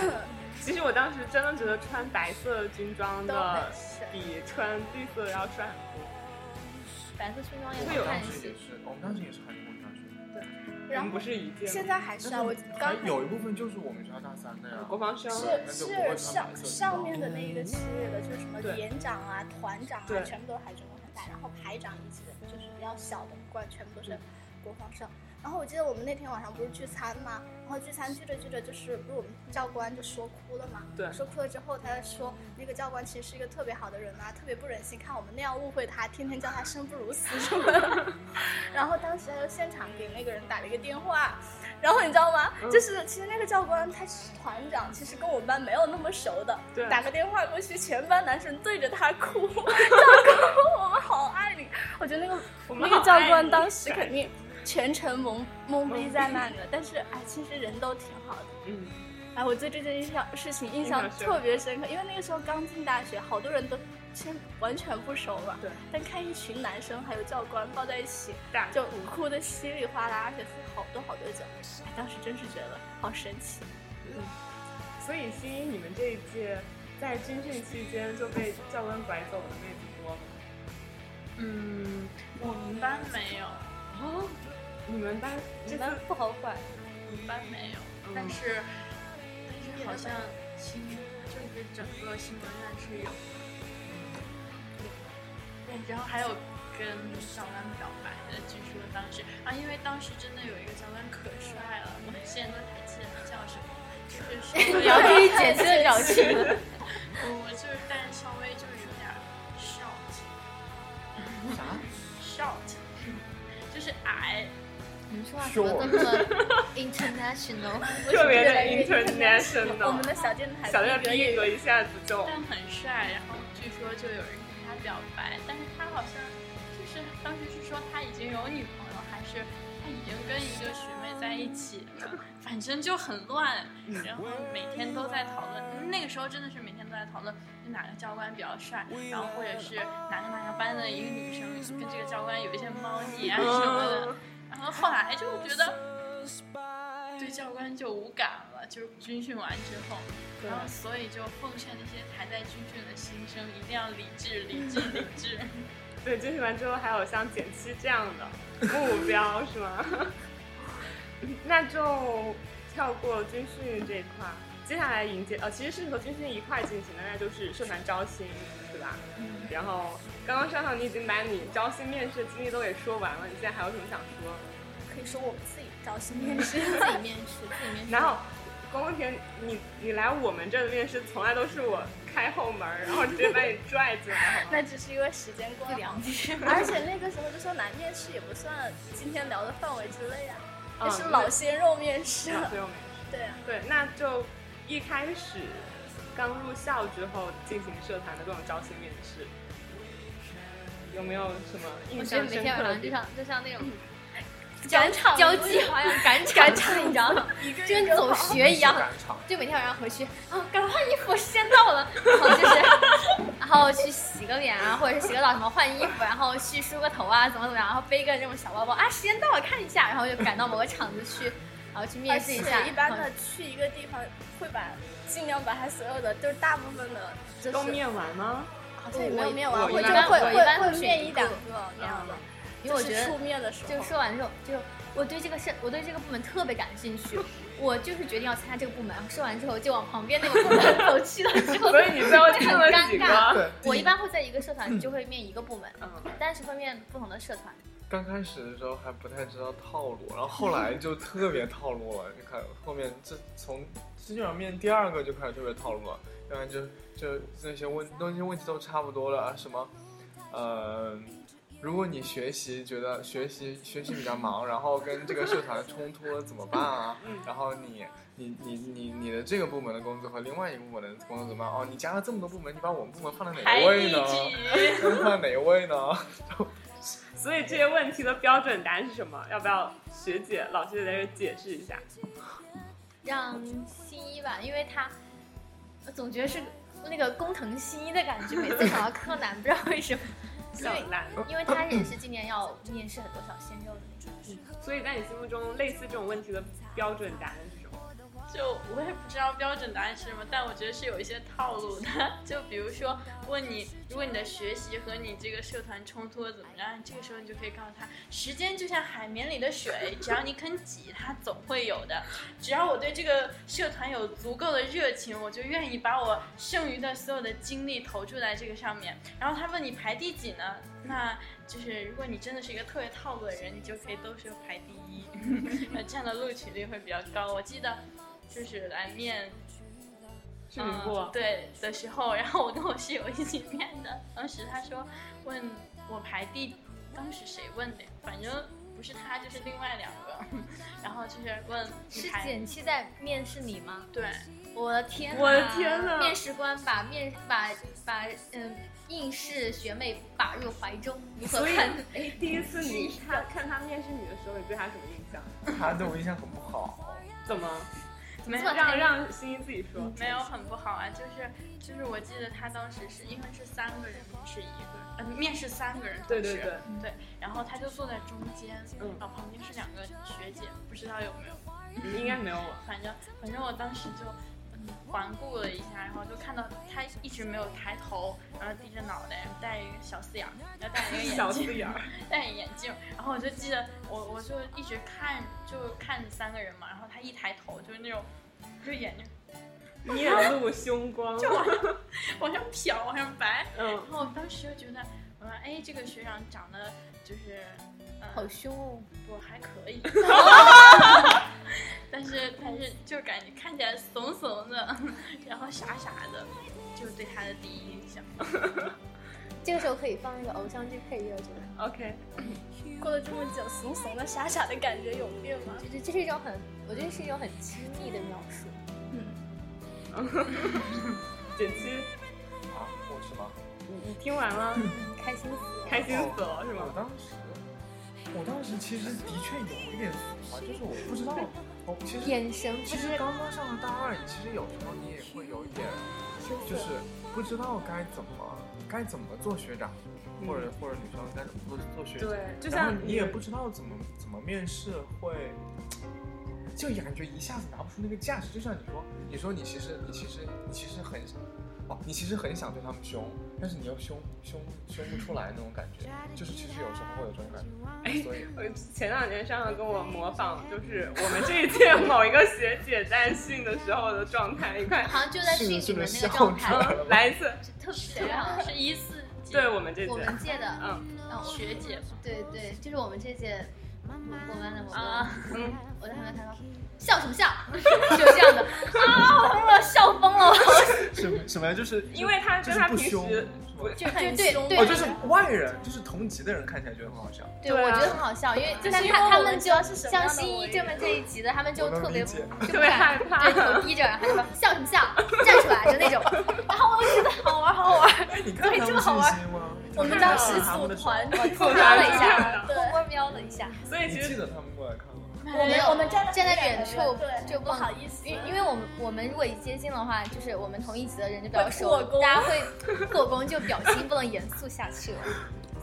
其实我当时真的觉得穿白色军装
都
的
很帅。
比穿绿色的要帅很多。
白色军装
我
也
们
好
当
看
时
些
也。是，我们当时也是韩国大学，
我
然
们
后
不是一届
现
吗？
在还是啊，我刚
还有一部分就是我们学校大三的呀。
国防生
是
那就不会
是
穿白
上
色
上面的那一个系列的，就是什么
对
连长啊、团长啊，
对
全部都是海军国防大，然后排长一级的，就是比较小的官，全部都
嗯
是国防上。然后我记得我们那天晚上不是聚餐嘛，然后聚餐聚着聚着，就是不是我们教官就说哭了嘛？
对
说哭了之后，他说那个教官其实是一个特别好的人啊，特别不忍心看我们那样误会他，天天叫他生不如死什么的。 然后当时他就现场给那个人打了一个电话，然后你知道吗？
嗯
就是其实那个教官他是团长，其实跟我们班没有那么熟的，
对
打个电话过去，全班男生对着他哭， 教官，我们好爱你。我觉得那个
我
那
们好
个教
爱
官
你
当时肯定全程懵懵逼在那里的，但是哎，其实人都挺好的。
嗯，
哎，我对这件事情事情印象
印象深刻
特别深刻，因为那个时候刚进大学，好多人都先完全不熟嘛。
对。
但看一群男生还有教官抱在一起，
大
就哭的稀里哗啦，而且喝好多好多酒。哎，当时真是觉得好神奇。
所以新一，你们这一届在军训期间就被教官拐走的妹子多吗？
嗯，我们班没有，
哦，你们班这次
不好管，
我们班没有，
嗯
但是但是好像新就是整个新闻院是有的。对，然后还有跟教官表白的，据说当时啊，因为当时真的有一个教官可帅了，我现在都还记得他叫什么， 就是
然后
稍
可
微
以减轻表情。
我就是但是稍微就是有点儿少气，
啥？
少气， 就是矮。
你们说话怎么这么 international？
特别的
我
international
们。的小电台
小亮
逼格
第
也
一个一下子就
但很帅，然后据说就有人跟他表白，但是他好像就是当时是说他已经有女朋友，还是他已经跟一个学妹在一起了，反正就很乱，然后每天都在讨论，那个时候真的是每天都在讨论就哪个教官比较帅，然后或者是哪个哪个班的一个女生
啊
跟这个教官有一些猫腻啊什么的，然后后来就觉得对教官就无感了，就是军训完之后。然后所以就奉劝那些还在军训的新生，一定要理智、理智、理 智。
对军训完之后还有像减七这样的目标是吗？ 那就跳过军训这一块儿，接下来迎接呃其实是和军训一块儿进行的，那就是社团招新，对吧？
嗯，
然后刚刚上上你已经把你招新面试的经历都给说完了，你现在还有什么想说？
可以说我们自己招新面试。
自己面试，自己面试。
然后光光婷，你你来我们这儿的面试从来都是我开后门儿，然后直接把你拽进来，好吗
那只是因为时间过了，而且那个时候就说难面试也不算今天聊的范围之内啊，也
嗯
是老鲜肉面试
那
啊。
所以我们
对啊，
对，那就一开始刚入校之后进行社团的这种招新面试，有没有什么
我觉得
印象
每
深
天
刻
晚
的
上
地
就像
方？
就像那种
赶场
交际花样赶赶场，你知道吗？
一个
就
一
跟
个
走
跑
学一样
是。赶场。
就每天晚上回去啊，赶快换衣服，时间到了，然后 就是，然后去洗个脸啊，或者是洗个澡什么换衣服，然后去梳个头啊，怎么怎么样，然后背个那种小包包啊，时间到了看一下，然后就赶到某个场子去，然后去面
而
试
且
一下。嗯
一般
然
的
后
去一个地方会把尽量把它所有的，就是大部分的，就是
都面完 吗？
好像也没有面完，
我
会
一
就
般
会
哦我一般
会
都
会
是
面
一
一
个嗯
两个那样的，
因为我
就
觉
是
得
出面的时
就
候，
说完之后，就我对这个事，我对这个部门特别感兴趣，我就是决定要参加这个部门。然后说完之后，就往旁边那个部门走去了，之后
所以你最后进
很
了
尴
几
啊
尬。
个？
对，
我一般会在一个社
嗯
团就会面一个部门，
嗯，
但是会面不同的社团。
刚开始的时候还不太知道套路，然后后来就特别套路了。你看后面这从基本上面第二个就开始特别套路了，要不然就就那些问那些问题都差不多了啊，什么，呃，如果你学习觉得学习学习比较忙，然后跟这个社团冲突了怎么办啊？然后你你你你你的这个部门的工作和另外一个部门的工作怎么办？哦，你加了这么多部门，你把我们部门放在哪
排
个位
第
呢？
几？
放在哪个位呢？
所以这些问题的标准答案是什么？要不要学姐、老师姐在这解释一下？
让新一吧，因为他我总觉得是那个工藤新一的感觉，每次想到柯南，不知道为什 么，
小兰，
因为他也是今年要面试很多小鲜肉的那种。
所以在你心目中，类似这种问题的标准答案是什么？
就我也不知道标准答案是什么，但我觉得是有一些套路的。 就比如说问你，如果你的学习和你这个社团冲突了怎么样，这个时候你就可以告诉他，时间就像海绵里的水，只要你肯挤，它总会有的。只要我对这个社团有足够的热情，我就愿意把我剩余的所有的精力投注在这个上面。然后他问你排第几呢？那就是如果你真的是一个特别套路的人，你就可以都说排第一， 那这样的录取率会比较高。我记得就是来面
是你过
嗯、对的时候，然后我跟我室友一起面的，当时他说问我排第，当时谁问的呀？反正不是他就是另外两个， 然后就是问你
是
排
简七在面试你吗？
对，
我的天呐！
我的天呐
面试官把面把把嗯应试学妹把入怀中，如何
所以
看？
哎，第一 次你他看他面试你的时候，你对他什么印象？
他对我印象很不好。
怎么？
怎么样？
让让欣怡自己说。
嗯
没有很不好啊，就是就是，我记得他当时是因为是三个人面试一个人，呃，面试三个人同
对
时，
对对，
对然后他就坐在中间，
嗯
然后旁边是两个学姐，不知道有没有，
应该没有我。
反正反正我当时就嗯环顾了一下，然后就看到他一直没有抬头，然后低着脑袋，戴一个小四眼儿，然后戴一个眼
小
镜，
字眼儿，
戴眼镜，然后我就记得我我就一直看就看三个人嘛，然后他一抬头就是那种就眼睛
面露凶光。
往上瞟往上白，
嗯
然，后我当时就觉得我说哎这个学长长得就是嗯、
好凶哦！
不还可以，但是但是就感觉看起来怂怂的， 然后傻傻的，就是对他的第一印象。
这个时候可以放那个偶像剧配乐，我觉得
OK，
过了这么久，怂怂的、傻傻的感觉有变吗？
就是这是一种很，我觉得是一种很亲密的描述。
简七，
啊，我是吗？
你你听完了，
嗯开心死了！
开心死了是
我
吗？
当时，我当时其实的确有一点浮夸，就是我不知道，我其实
眼神不
其
知
实刚刚上了大二，其实有时候你也会有一点，就是不知道该怎么该怎么做学长，或者或者女生该怎么做做学
嗯
长，
对，就
然后
像
你也不知道怎么怎么面试会。就感觉一下子拿不出那个价值，就像你说，你说你其实你其实你其实很，哦，你其实很想对他们凶，但是你又凶凶凶不出来那种感觉，就是其实有时候会有这种感 觉，所以
嗯
我呃前两年上上跟我模仿，就是我们这一 届某一个学姐在训的时候的状态，你快
好像就在训
是
你
是
们
不
那
是
个
笑
状
出
态，
来了？
来一次，
就特别好。
是一四级
对我们这
我
届
们，届的，
嗯
然后
学姐嘛，
对对，就是我们这届我们我班的我
啊
们，
嗯，
我在旁边看到笑什么笑，就这样的啊，我笑疯 了，
什什么呀？就是
因为她
就
跟
是
她
不
平
凶，
时
不
就对对对
哦，就是外人，就是同级的人看起来觉得很好笑。
对，
对啊
我觉得很好笑，因为
就是
但
因为
他他
我
们
们
就
知道是什么
像
样的
新一
为
这么这一集的，他们就
我能
特别
理解
就
特别害怕
对，头低着，然后就说笑什么笑，站出来就那种， 然后我就觉得好玩好玩，
哎，你看他
对这
们
么好玩
信息吗？
我们
你
当
看
时
到他
组
们的时候
团，
偷
对
瞄了一 下，
对
偷摸瞄了一下，
所以
你
其
记
实
得他们过来看吗？
我们
我们站得
站在
很远
远
的
处
对
就
不好意思
因因为我们我们如果一接近的话，就是我们同一级的人就比较
会
熟
破，功
大家 会破功，就表情不能严肃下去了。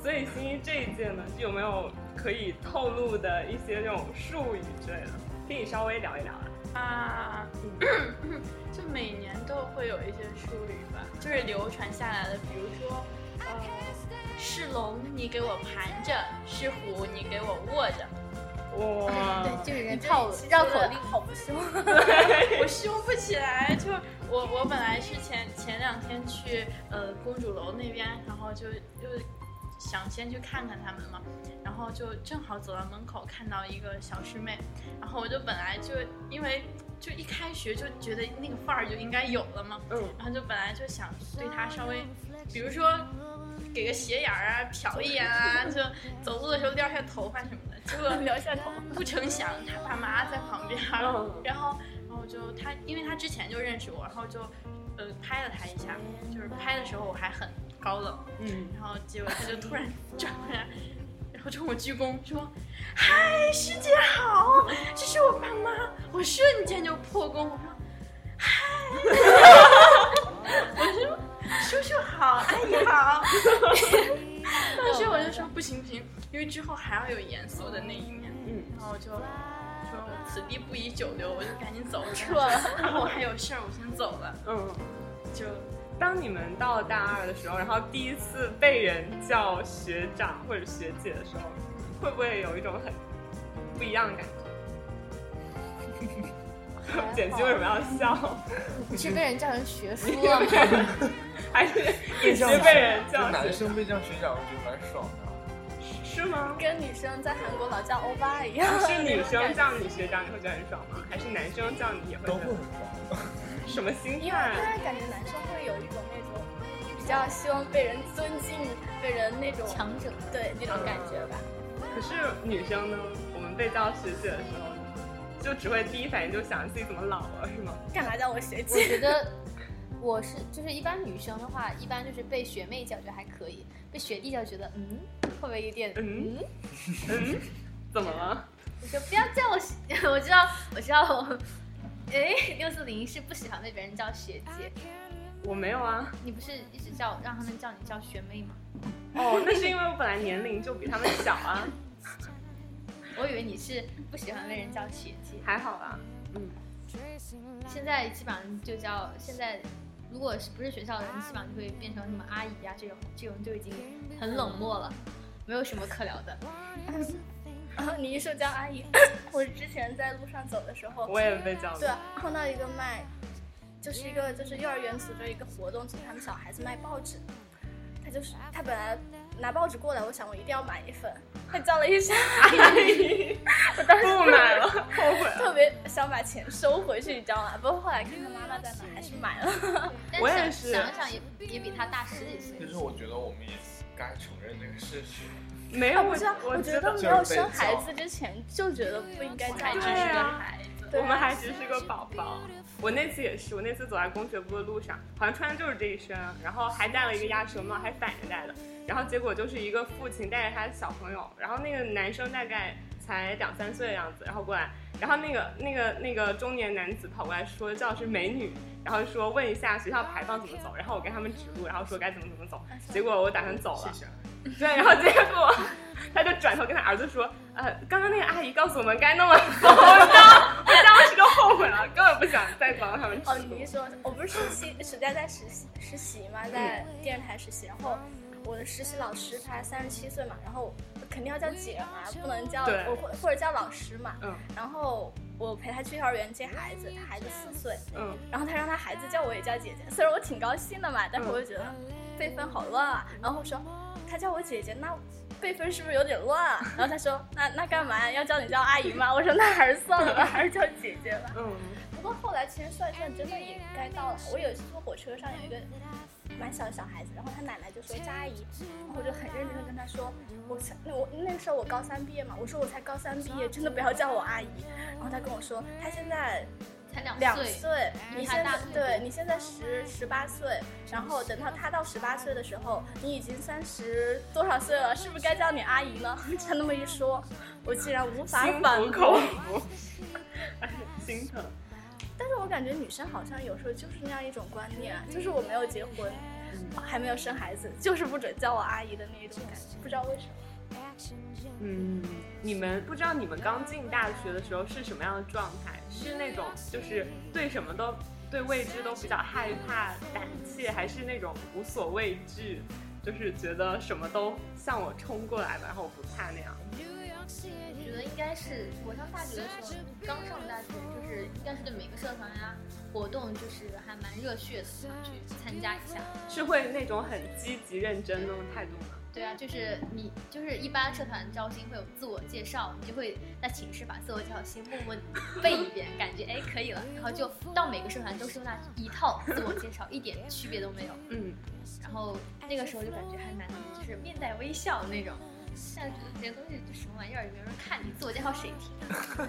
所以新一这一届呢，有没有可以透露的一些这种术语之类的，可以稍微聊一聊啊？
啊， 就每年都会有一些术语吧，就是流传下来的，比如说，呃，是龙你给我盘着，是虎你给我握着，
哇，
对，
嗯
就是人套绕口令，
好不凶。
我凶不起来。就我我本来是前前两天去呃公主楼那边，然后就就想先去看看他们嘛，然后就正好走到门口看到一个小师妹，然后我就本来就因为就一开学就觉得那个范儿就应该有了嘛，
嗯，
然后就本来就想对她稍微，比如说给个斜眼儿啊，瞟一眼啊，就走路的时候撩一下头发什么的，结果撩一下头，不成想他爸妈在旁边儿，
嗯
然后然后就他，因为他之前就认识我，然后就呃拍了他一下，就是拍的时候我还很高冷，
嗯，
然后结果他就突然 转过来，然后冲我鞠躬说：“嗨，师姐好，这是我爸妈。”我瞬间就破功，我说：“嗨。” 我说：“叔叔好，阿姨好。”当时我就说：“不行不行，因为之后还要有严肃的那一面。”
嗯，
然后我就。说我此地不宜久留，我就赶紧走 撤了。然后我还有事儿，我先走了。
嗯，
就
当你们到大二的时候，然后第一次被人叫学长或者学姐的时候，会不会有一种很不一样的感觉？ 简辑为什么要 笑？
你是被人叫成学夫 了吗？
还是 也是被人叫
男
学
生被这样学长，我觉得蛮爽的。
是吗？
跟女生在韩国老叫欧巴一样，
呃
是女生叫你学长，你会觉得很爽吗？还是男生叫你也会
都
觉
会
得
很爽，
什么心
因为
嗯
态啊？
因为感觉男生会有一种那种比较希望被人尊敬、被人那种
强者，
对那种感觉吧。
可是女生呢，我们被叫学姐的时候，就只会第一反应就想自己怎么老了，是吗？
嗯
干嘛叫我学
我
姐？
觉得我是就是一般女生的话，一般就是被学妹叫觉得还可以，被学弟叫觉得嗯，会不会有点
嗯嗯，怎么了？
我说不要叫我学，我知道，我知道我，哎，六四零是不喜欢被别人叫学姐，
我没有啊。
你不是一直叫让他们叫你叫学妹吗？
哦，那是因为我本来年龄就比他们小 啊，
我以为你是不喜欢被人叫学姐，
还好啦。嗯，
现在基本上就叫现在，如果是不是学校的人，基本上就会变成什么阿姨啊这种，这种就已经很冷漠了，没有什么可聊的。
然后你一说叫阿姨， 我之前在路上走的时候，
我也被叫
对
了。
碰到一个卖，就是一个就是幼儿园组织一个活动，请他们小孩子卖报纸。他就是他本来拿报纸过来，我想我一定要买一份，他叫了一声阿姨，我当时
不买了，后 悔了。
特别想把钱收回去，你知道吗？不过后来看他妈妈在买，还是买了。
但
我
想
也是
想想也也比他大十几岁
其。实我觉得我们也该承认这个事实。
没有，
不是啊，
哎 我
我觉得
就是
没有
被
生孩
叫
子之前就觉得不应该叫
还只
阿
是
姨。
个
啊
孩子，
对
我们还只是个宝宝。我那次也是，我那次走在工学部的路上，好像穿的就是这一身，啊然后还戴了一个鸭舌帽，还反着戴的。然后结果就是一个父亲带着他的小朋友，然后那个男生大概才两三岁的样子，然后过来，然后那个那个那个中年男子跑过来说叫是美女，然后说问一下学校牌坊怎么走，然后我跟他们指路，然后说该怎么怎么走。结果我打算走了，
谢谢。啊
对，然后结果他就转头跟他儿子说：“呃，刚刚那个阿姨告诉我们该那么走， 我当我当时就后悔了，根本不想再帮他们吃
哦，
苦
你一说，我不是实习，暑假在实习实习嘛，在电视台实习，然后我的实习老师他三十七岁嘛，然后肯定要叫姐嘛，不能叫
对
我或或者叫老师嘛，
嗯
然后我陪他去幼儿园接孩子，他孩子四岁，
嗯，
然后他让他孩子叫我也叫姐姐，虽然我挺高兴的嘛，但是我就觉得辈分好乱啊。然后我说他叫我姐姐，那辈分是不是有点乱啊？然后他说那那干嘛要叫你叫阿姨吗？我说那还是算了吧，还是叫姐姐吧。
嗯，
不过后来其实算一算，真的也该到了。我有一次坐火车上有一个蛮小的小孩子，然后他奶奶就说叫阿姨，然后我就很认真的跟他说，我才那我那个时候我高三毕业嘛，我说我才高三毕业，真的不要叫我阿姨。然后他跟我说他现在
才
两
两岁，
岁，
比
你
他
现
大
在
很多
对你现在十十八岁，然后等到他到十八岁的时候，你已经三十多少岁了，是不是该叫你阿姨呢？ 他那么一说，我竟然无法
心
反
服
驳。
口服，哎， 心疼。
但是我感觉女生好像有时候就是那样一种观念啊，就是我没有结婚，还没有生孩子，就是不准叫我阿姨的那一种感觉，不知道为什么。
嗯，你们不知道你们刚进大学的时候是什么样的状态？是那种就是对什么都对未知都比较害怕、胆怯，还是那种无所畏惧，就是觉得什么都向我冲过来吧，然后我不怕那样？
我觉得应该是我上大学的时候，刚上大学就是应该是对每个社团呀、活动就是还蛮热血的，想去参加一下。
是会那种很积极认真那种态度吗？
对啊，就是你就是一般社团招新会有自我介绍，你就会在寝室把自我介绍先默默背一遍，感觉哎可以了，然后就到每个社团都是用那一套自我介绍，一点区别都没有。
嗯，
然后那个时候就感觉还蛮就是面带微笑那种，现在觉得这些东西就什么玩意儿，也没有人看你，自我介绍谁听？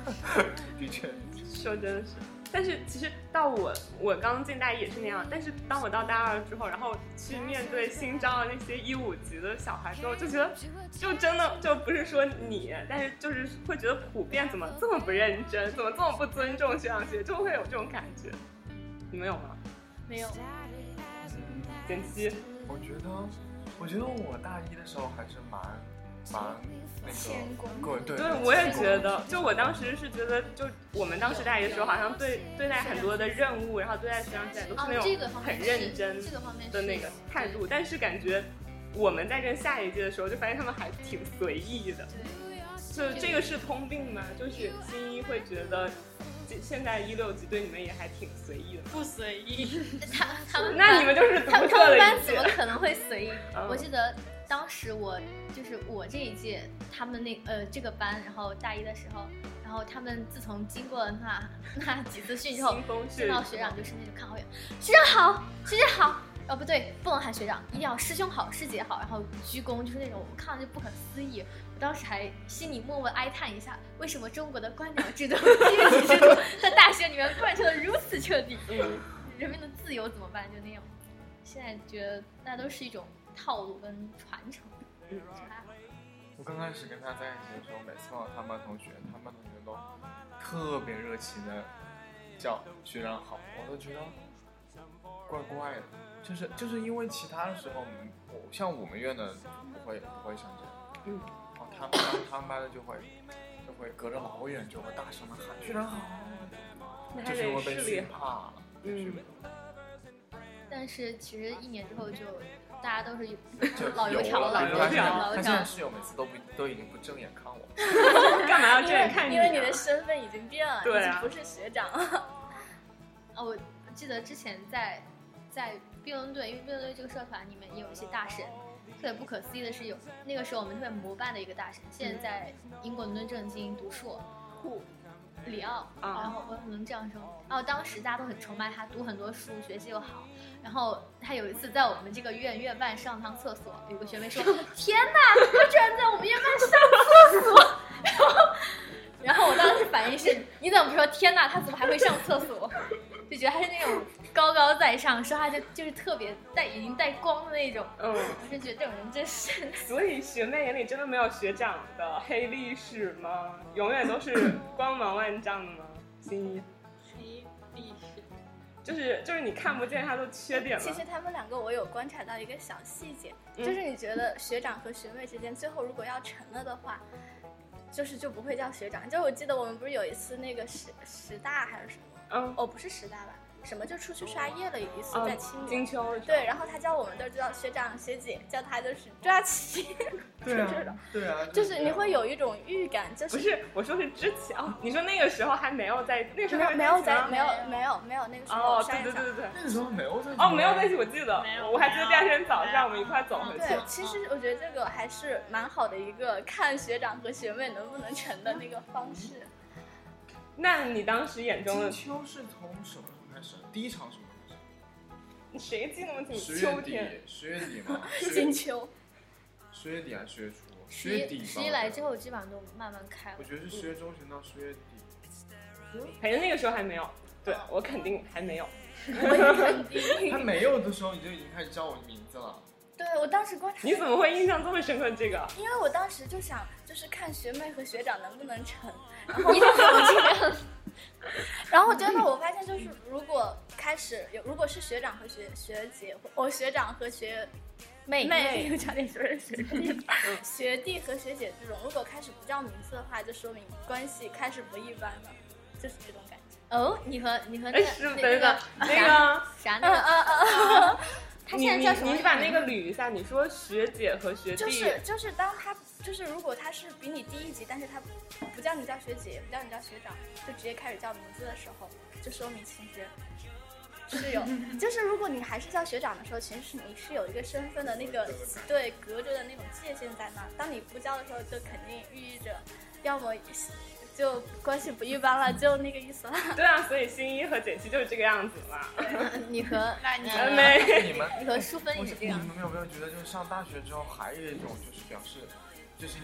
的确，
说真的是。但是其实到我我刚进大一也是那样，但是当我到大二之后，然后去面对新招的那些一五级的小孩之后，就觉得就真的就不是说你，但是就是会觉得普遍怎么这么不认真，怎么这么不尊重学长学，就会有这种感觉。你们有吗？
没有，
减七，
我觉得，我觉得我大一的时候还是蛮蛮那
谦恭
个对对
对，我也觉得，就我当时是觉得，就我们当时大一的时候，好像对对待很多的任务，然后对待学长学姐都
啊
是那
这
种
个方面
很
是
认真
这个方面
的
是
那个态度，但是感觉我们在跟下一届的时候，就发现他们还挺随意的。
对。
就这个是通病吗？就是新一会觉得，这现在一六级对你们也还挺随意的。
不随意。
他他们
那
班
你 们就是独
他们他
特
们
的
班
一
怎么
届。
可能会 随意？
嗯
我记得当时我就是我这一届，他们那呃这个班，然后大一的时候，然后他们自从经过了那那几次训之后
腥，风血
见
雨
到学长就是那种看好远，学长好，学姐好。哦，不对，不能喊学长，一定要师兄好、师姐好，然后鞠躬，就是那种我看了就不可思议。我当时还心里默默哀叹一下，为什么中国的官僚制度、 阶级制度在大学里面贯彻的如此彻底？
嗯，
人民的自由怎么办？就那样。现在觉得那都是一种套路跟传承。
我刚开始跟他在一起的时候，每次碰到他们班同学，他们班同学都特别热情的叫学长好，我都觉得怪怪的，就是就是因为其他的时候，嗯我像我们院的不会不会像这样，
嗯，
哦，他们他们他们班的就会就会隔着老远就会大声的喊学长好，
那还
就是因
得
为被
视
训
力
怕
好。
了，被训
嗯
但是其实一年之后就大家都是有
就
老油
油
条了，老油
他
油
现在
条
老
他
油
现
条
在。室友每次都不都已经不正眼看我，
嗯干嘛要这
因
样
为
看
因为
你
你的
啊
身份已经变了，
对
已
啊
经不是学长了。
啊，我记得之前在在辩论队，因为辩论队这个社团里面也有一些大神。特别不可思议的是有，那个时候我们特别膜拜的一个大神，现在在英国伦敦政经读硕，
酷
里奥。然
啊，
后我能这样说，然后当时大家都很崇拜他，读很多书，学习又好。然后他有一次在我们这个院院办上趟厕所，有个学妹说：“天哪，他居然在我们院办上厕所！” 然后，然后我当时反应是：“你怎么不说天哪？他怎么还会上厕所？”就觉得他是那种高高在上，说话就就是特别带已经带光的那种。
嗯，
我是觉得这种人真是
所以学妹眼里真的没有学长的黑历史吗？永远都 是光芒万丈的吗？心一
黑历史，
就是就是你看不见他的缺点
其
吗
实？他们两个我有观察到一个小细节，
嗯
就是你觉得学长和学妹之间最后如果要成了的话，就是就不会叫学长。就我记得我们不是有一次那个十十大还是什么，
嗯，
哦不是十大吧，什么就出去刷夜了一次
嗯
在青
金
旅。
秋
对，然后他叫我们都是叫学长学姐，叫他就是抓起，
对
是的
啊，对啊，
就是你会
有
有一种预感，就
不
是
是我说是之前哦，你说那个时候还没有在那个时候
没有
还
没有
在一起
在
吗
没有没有没有那个时候
哦，
商
对对
量。
对对对，
那时候没有在
哦没有在一起，我记得
没有，
我还记得第二天早
没有
上我们一块走回去
嗯对，，其实我觉得这个还是蛮好的一个看学长和学妹能不能成的那个方式。
那你当时眼中
金
的
秋是从什么时候开始？第一场什么时候
谁记得那么
开
清楚？
始？十月
秋
底
天，
十月底 嘛，十
金
月
秋，
十月底还是十月初？
十
月底
一
吧。
十一来之后，基本上都慢慢开了
我。觉得是十月中旬到十月底。
反正那个时候还没有，对我肯定还没有。
他没有的时候，你就已经开始叫我名字了。
对我当时观察，
你怎么会印象这么深刻？这个
因为我当时就想，就是看学妹和学长能不能 成。
你怎么这样？
然后真的我发现，就是如果开始有，如果是学长和学学姐，我学长和学
妹
妹，又差点说是学弟，学弟和学姐这种，如果开始不叫名字的话，就说明关系开始不一般了，就是这种感觉。
哦，你和你和那
哎，
个
是
那
等一等，
那
那个
啥那个，
嗯嗯。
他
你
现在
你
叫什么？
你把那个捋一下，你说学姐和学弟，
就是 就是当他就是如果他是比你低一级，但是他不叫你叫学姐，不叫你叫学长，就直接开始叫名字的时候，就说明其实 是有，就是如果你还是叫学长的时候，其实是你是有一个身份的那个对隔着的那种界限在那儿。当你不叫的时候，就肯定寓意着要么。就关系不一般了，就那个意思了。
对啊，所以新一和简七就是这个样子嘛。
你 和
那你
呃
没，
你 们，
你和淑芬
我
也
是
是这
你
样。
们有没有觉得，就是上大学之后，还有一种就是表示，就是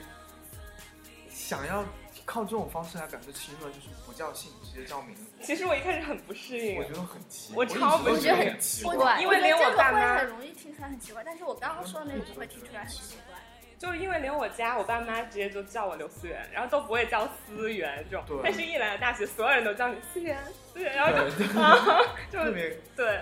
想要靠这种方式来表示亲热，就是不叫姓，直接叫名字。
其实我一开始很不适应
我，觉得很奇，
我
一直
超
都
不
觉得
适应
很奇
我
怪。
对
因为连
我觉得这
爸
个会
妈
很，容易听出来很奇怪，但是我刚刚说的那个不会听出来很奇怪。
就是因为连我家我爸妈直接就叫我刘思源，然后都不会叫思源这种
对，
但是一来了大学，所有人都叫你思源，思源，然后就
对对，
啊，就
特别。
对。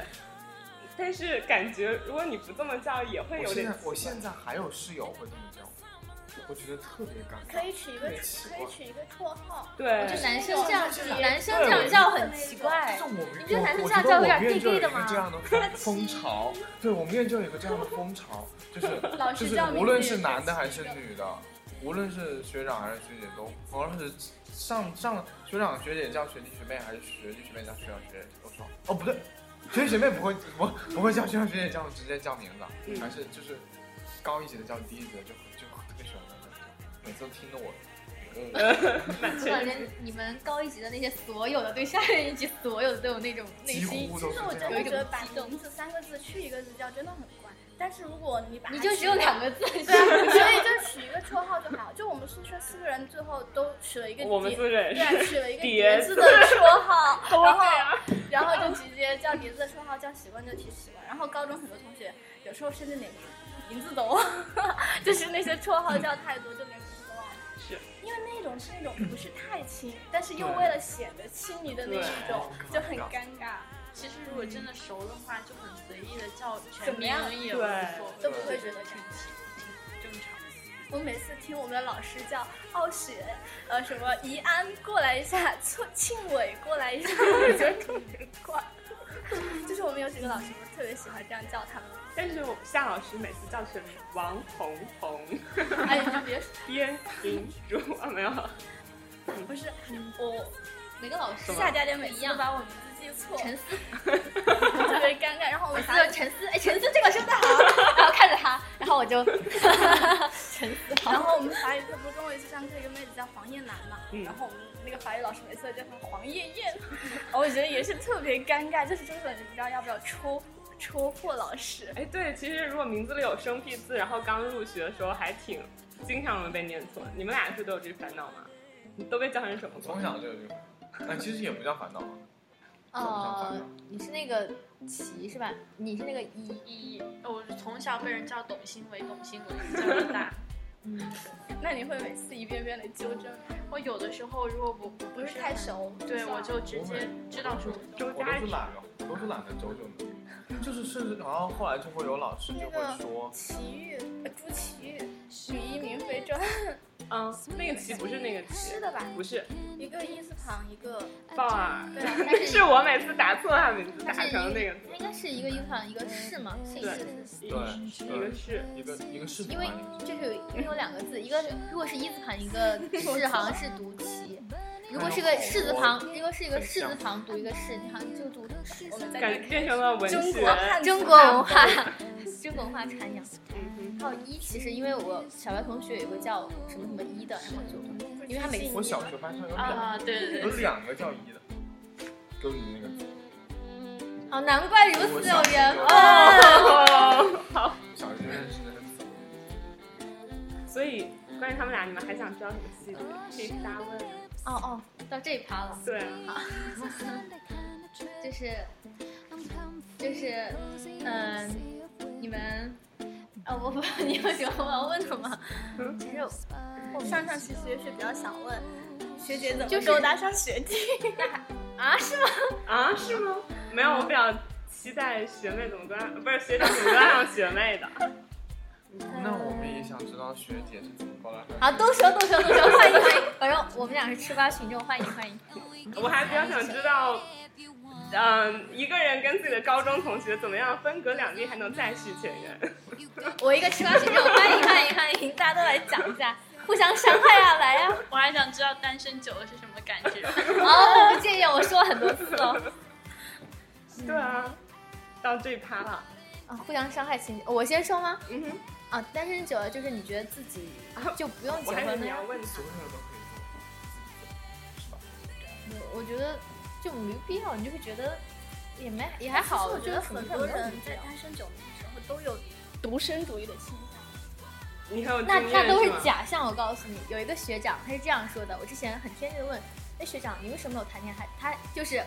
但是感觉如果你不这么叫，也会
我
有
现
点
在我现在还有室友会这么叫我，我觉得特别尴
可
尬。
以取一个
特别奇
可
怪
以取一个绰号，
对，
就男生这样
就是，
男生这样叫很奇怪
就。是我们，
你觉得男生
我
这样
我
叫
觉
有
得我
点
们院就有一
gay gay 的
个
吗
这 样的风潮，对我们院就有一个这样的风潮，就是
老
就
师
是
叫名字
无论
也
是
很
男的还
奇
是
怪
女的，无论是学长还是学姐都，无论是上上学长学姐叫学弟学妹，还是学弟学妹叫学长学姐，都说哦不对，学弟学妹不会不不会叫学长学姐叫我直接叫名字，
嗯
还是就是高一级的叫低一级的就就特别喜欢这样叫，每次都听得我。 呃
满
我感
全
觉你们高一级的那些所有的对下一级所有的都有那种内
几
心
乎，都
其
是
实我
这
真
样
有
的
一
觉
种
得把
激动
名字三个字去一个字叫真的很怪，但是如果你把它
你就
去
只有两个字。
对啊，所以就取一个绰号就好。就我们宿舍四个人最后都取了一个
我们
叠
宿舍也
对啊，
是
取了一个
叠
叠
字
字的绰号，
都
然
这
后
样。
然后就直接叫叠字的绰号叫习惯就提习惯。然后高中很多同学有时候甚至连 名字都忘了，就是那些绰号叫太多就连名字都忘了。
是
因为那种种是那种不是太亲，但是又
对
为了显得亲昵的那一种，
对
就很尴尬，
其实如果真的熟的话，就很随意的叫
怎
全
么
名
样
也无
对
所谓，
都不会觉得尴
挺
尬。
挺正常的。
我每次听我们的老师叫傲雪，呃，什么怡安过来一下，庆庆伟过来一下，我就觉得特别怪。就是我们有几个老师，我特别喜欢这样叫他们。
但是我夏老师每次叫全名王红红、
哎，你就别 说，
边银珠啊，没有，
不是我
每个老师
夏佳佳每次都把我名字记错，
陈思，
特别尴尬。然后我
我
们
记
啥
得陈思，哎，陈思这个真的好，然后看着他，然后我就陈思
然
好，
后我们法语课不是中午一次上课，一个妹子叫黄燕楠嘛，
嗯
然后我们那个法语老师每次都叫她黄艳艳，我觉得也是特别尴尬，就是这种你不知道要不要戳戳破老师。
哎，对，其实如果名字里有生僻字，然后刚入学的时候还挺经常能被念错。你们俩是都有这烦恼吗？你都被叫成什么
我
过？
从小就有这种，但其实也不叫烦恼啊，
哦
呃，你是那个齐是吧？你是那个一，
一，嗯我是从小被人叫董新伟，董新伟叫到大。
那你会每次一遍遍的纠正，
我有的时候如果不不
不是太，熟，
对我就直接知道是我
周
我都
佳
是
怡，
懒的，我都是懒得纠正的，就是甚至然后后来就会有老师就会说，
齐豫，呃朱祁钰，许一鸣非洲，
嗯，那个棋不是那个棋
是，的吧？
不是
一个一字旁，一个
鲍尔，
对啊，
但
是我每次打错他名字，打
但是
成那个
应应该是一个一旁一个是嘛，姓
对
氏。
字，
对，
一个是。
一个一个是
因为就是有因为有两个字，一个如果是一字旁，一个是好像是读齐；如果是个士字旁，
哦
如果是一个士字旁读一个士，你好像就读
我们在
感
这
觉
里
变成了文
中
学
国，汉字
中国文化，中国文化传扬。
嗯
还有一，其实因为我小学同学有个叫什么什么一的，然后就因为他每次
我小学班上有两
啊，对对
有
对，
两个叫一的，跟你那个字，
好难怪如
我
此
小
有啊
学
缘
就
分。哦
哦哼，
小学就认识的人字，
所以关于他们俩，你们还想知道什么细节？
嗯
可以发问。
哦哦，到这一趴了，
对啊，
就是就是嗯、你们。啊、我不，你有什么要问的吗？其实
我上上期其实是比较想问学姐怎
就
么
是
勾搭上学弟，
啊，是吗？
啊，是吗？没有，我比较期待学妹怎么关，不是学长怎么关上学 妹的。
那我们也想知道学姐是怎么过来的。
好，动手动手动手，欢迎欢迎！反正我们俩是吃瓜群众，欢迎欢迎。
我还比较想知道，嗯，一个人跟自己的高中同学怎么样分隔两地还能再续前缘？
我一个吃瓜群众，欢迎欢迎欢迎，大家都来讲一下，互相伤害啊，来呀、
我还想知道单身久了是什么感 觉。
哦，我不介意，我说了很多次了。嗯
对啊，到这一趴了，
啊，互相伤害情节，我先说吗？
嗯哼，
啊，单身久了就是你觉得自 己就不用结
我还以为
婚
你啊
了
要。问
所
他
有的都可以做，是吧？
我我觉得就没必要，你就是觉得也没也还好。
哎我觉得
就是
很
可能
多
没有
人
必
在
要
单身久了的时候都有独身主义的倾向。
你很有
那
经
那
验
都是
吗？
假象，我告诉你，有一个学长他是这样说的，我之前很天真的问，哎学长你为什么没有谈恋爱？他就是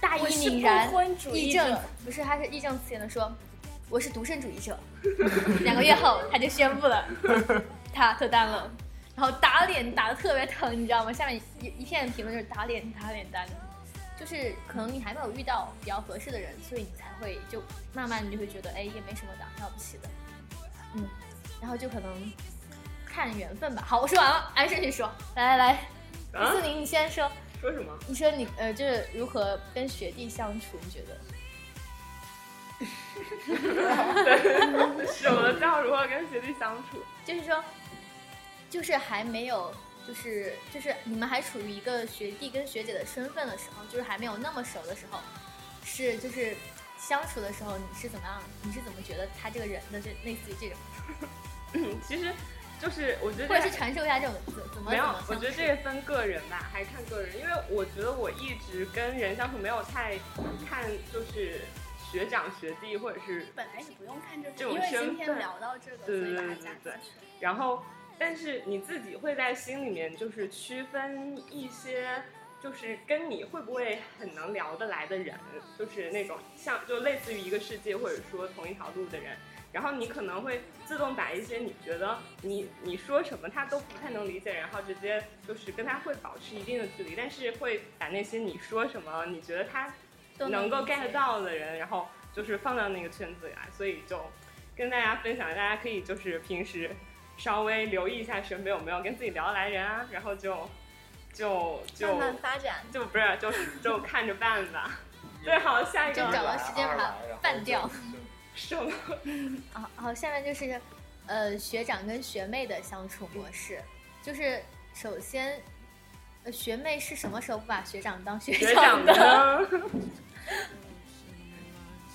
大义
是
凛
不
然，
婚主义
义正不是他是义正辞严的说我是独身主义者。 两个月后他就宣布了， 他脱单了，然后打脸打的特别疼，你知道吗？下面一一片评论就是打脸打脸打脸。就是可能你还没有遇到比较合适的人，所以你才会就慢慢你就会觉得，哎，也没什么了了不起的，嗯，然后就可能看缘分吧。好，我说完了，按顺序说。来来来，
啊
思宁，你先说，
说什么？
你说你呃，就是如何跟学弟相处？你觉得？
什么叫如何跟学弟相处？
就是说，就是还没有，就是就是你们还处于一个学弟跟学姐的身份的时候，就是还没有那么熟的时候，是就是相处的时候，你是怎么样？你是怎么觉得他这个人的？就类似于这种，
嗯其实就是我觉得
或者是传授一下这种怎怎么
没
怎
有
么相，处？
我觉得这个分个人吧，还看个人，因为我觉得我一直跟人相处没有太看就是学长学弟或者是，
本来也不用看这
这
个，
种
因为
身
今
份
天聊到这个，所
对
以把
对
它
对
加进
对
去。
然后但是你自己会在心里面就是区分一些。就是跟你会不会很能聊得来的人，就是那种像就类似于一个世界或者说同一条路的人，然后你可能会自动把一些你觉得你你说什么他都不太能理解，然后直接就是跟他会保持一定的距离，但是会把那些你说什么你觉得他
都
能够
理解
get 到的人，然后就是放到那个圈子里来，所以就跟大家分享，大家可以就是平时稍微留意一下身边有没有跟自己聊得来人啊， 然后就就就
慢慢发展。
就不是就就看着办吧。对，啊好，下一
就找
个
个时间把它办掉
什么？
啊，好，下面就是，呃，学长跟学妹的相处模式，就是首先，呃，学妹是什么时候不把学长当学
学
长
长呢？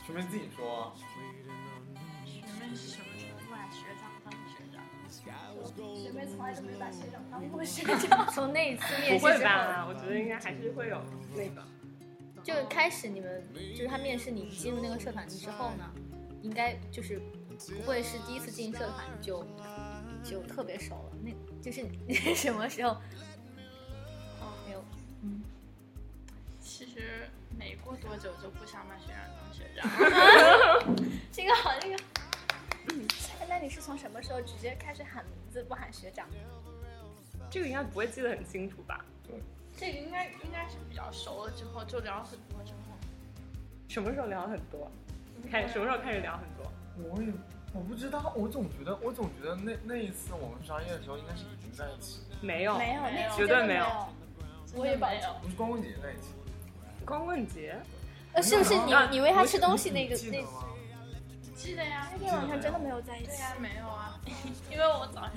除非自己说，
学妹是什么时候把学长当学长？
学妹从来都没把学长当过学
的？从那一次面
不
试
会
之后，
吧？我觉得应该还是会有那个。
就是开始你们就是他面试你进入那个社团之后呢，应该就是不会是第一次进社团就就特别熟了，那就是 什么时候？哦，没有，嗯，
其实没过多久就不想把学长当学长了。
这个好，这个
长。 那你是从什么时候直接开始喊名字不喊学长？
这个应该不会记得很清楚吧？
这个应该应该是比较熟了之后，就聊很多之后。
什么时候聊很多？开什么时候开始聊很多？
我也我不知道，我总觉得我总觉得那那一次我们商业的时候应该是已经在一起，
没有，
没有，那次
绝对
真的
没
没
有。
我也保
没有。
我们光棍节在一起。
光棍节
呃，是不是你
啊
你喂他吃东西那个
记得
那？
吗？
记得呀
那，天晚上真的没有在一
对
起。
呀，没有啊，因为我早上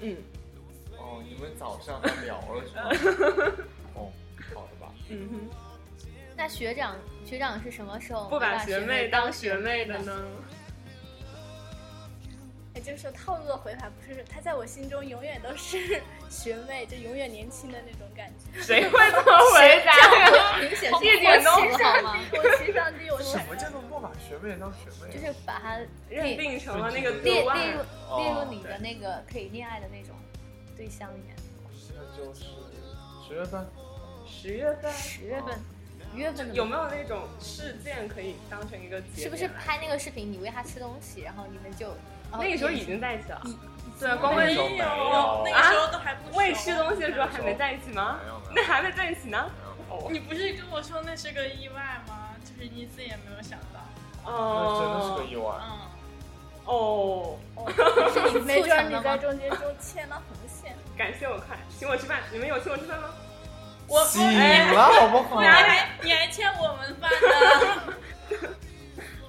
嗯
哦，你们早上还聊 了是吗？哦，好的吧。
嗯哼，
那学长学长是什么时候
不
把
把学妹
妹
当
学
学妹的
呢？
呢？
也就是说，套路的回法不是，她在我心中永远都是学妹，就永远年轻的那种感觉。
谁会这么回答呀？
明显
一点都
不好吗？
我情商低，我是
什么叫做不把学妹当学啊妹？
就是把他
认定成了那个
列
对
列
外
入。
哦
列入你的那个可以恋爱的那种对象里面。
哦那就是十月份。
十月份
十月份、五月份的
哦有没有那种事件可以当成一个节？
是不是？拍那个视频，你喂他吃东西，然后你们就哦
那个时候已经在一起了
已。
对啊，光棍
那时候
节
没有
那个时候都还不
啊
熟啊
未吃东西的时候还没在一起吗
没有没有？
那还没在一起呢？哦，
你不是跟我说那是个意外吗？就是一次也没有想到。
那真的是个
哦
意外。
嗯，
哦，
是你
没
促
准儿
成
你
的吗？
在中间就牵了红线。
感谢我快请我吃饭，你们有请我吃饭吗？
嗯
我
醒了
哎
好不好
你？还你还欠我们饭呢。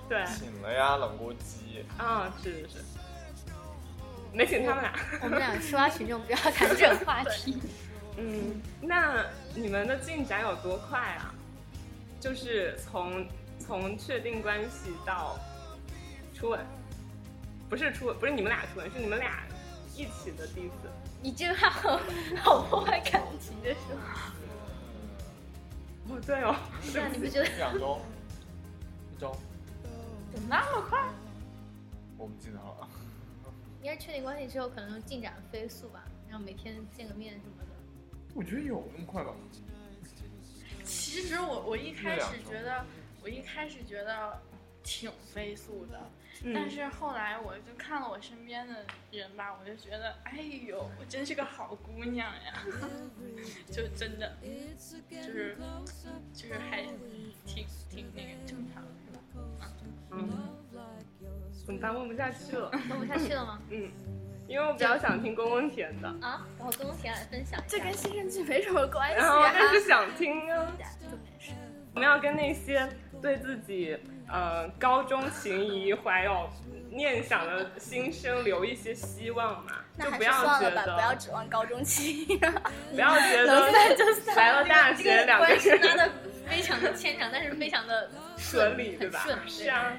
对，
醒了呀，冷锅鸡。
啊，是是是，没请他们俩。
我们 俩吃瓜群众，不要谈这种话题。
嗯，那你们的进展有多快啊？就是从从确定关系到初吻，不是初吻，不是你们俩初吻，是你们俩一起的第一次。
你这个话好好破坏感情的说，
哦，对哦，
那你不觉得
两 周，一周，
怎么那么快？
我不记得了。
应该确定关系之后，可能就进展飞速吧，然后每天见个面什么的。
我觉得有那么快吧？
其实我我一开始觉得，我一开始觉得挺飞速的，
嗯
但是后来我就看了我身边的人吧，我就觉得，哎呦，我真是个好姑娘呀，就真的，就是就是还挺挺那个正常的，是吧？
嗯，怎么办？问不下去了。
问不下去 了吗？
嗯，因为我比较想听公公甜的，
啊，然后跟我甜来分享一
这
下
跟。新生剧没什么关系
然后
啊。
但是想听啊。
重点是
我们要跟那些对自己呃高中情谊怀有念想的新生留一些希望嘛，
那
就
还
不
是
要
算
觉
了吧，不要
得
指望高中期。
不要觉
能散
得
就散。
来了大学两个
关系
人
拉的非常的牵强，但是非常的
顺利对
很
吧？
顺
是啊，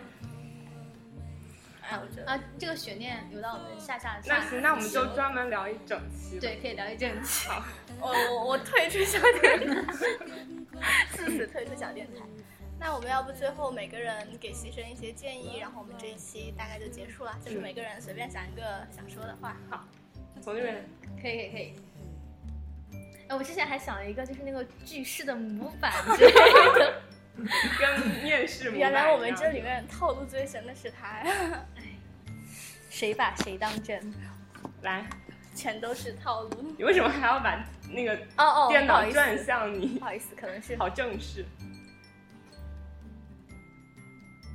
哎，我觉得
啊，这个悬念留到我们下下
那行，那我们就
专
专门聊一整期吧。
对，可以聊一阵子。
我
哦
我我退出小电 台，自此退出小电台。那我们要不最后每个人给牺牲一些建议，然后我们这一期大概就结束了，就是
嗯
每个人随便想一个想说的话。好，
从那边
可以可以可以。哎，我之前还想了一个，就是那个句式的模板之类的。
跟面试模板一
原
样
来我们这里面套路最深的是他，
哎 谁把谁当真？
来，
全都是套路。
你为什么还要把那个
哦哦，
电
不好
脑
意思
转向你
不？好意思，可能是
好正式，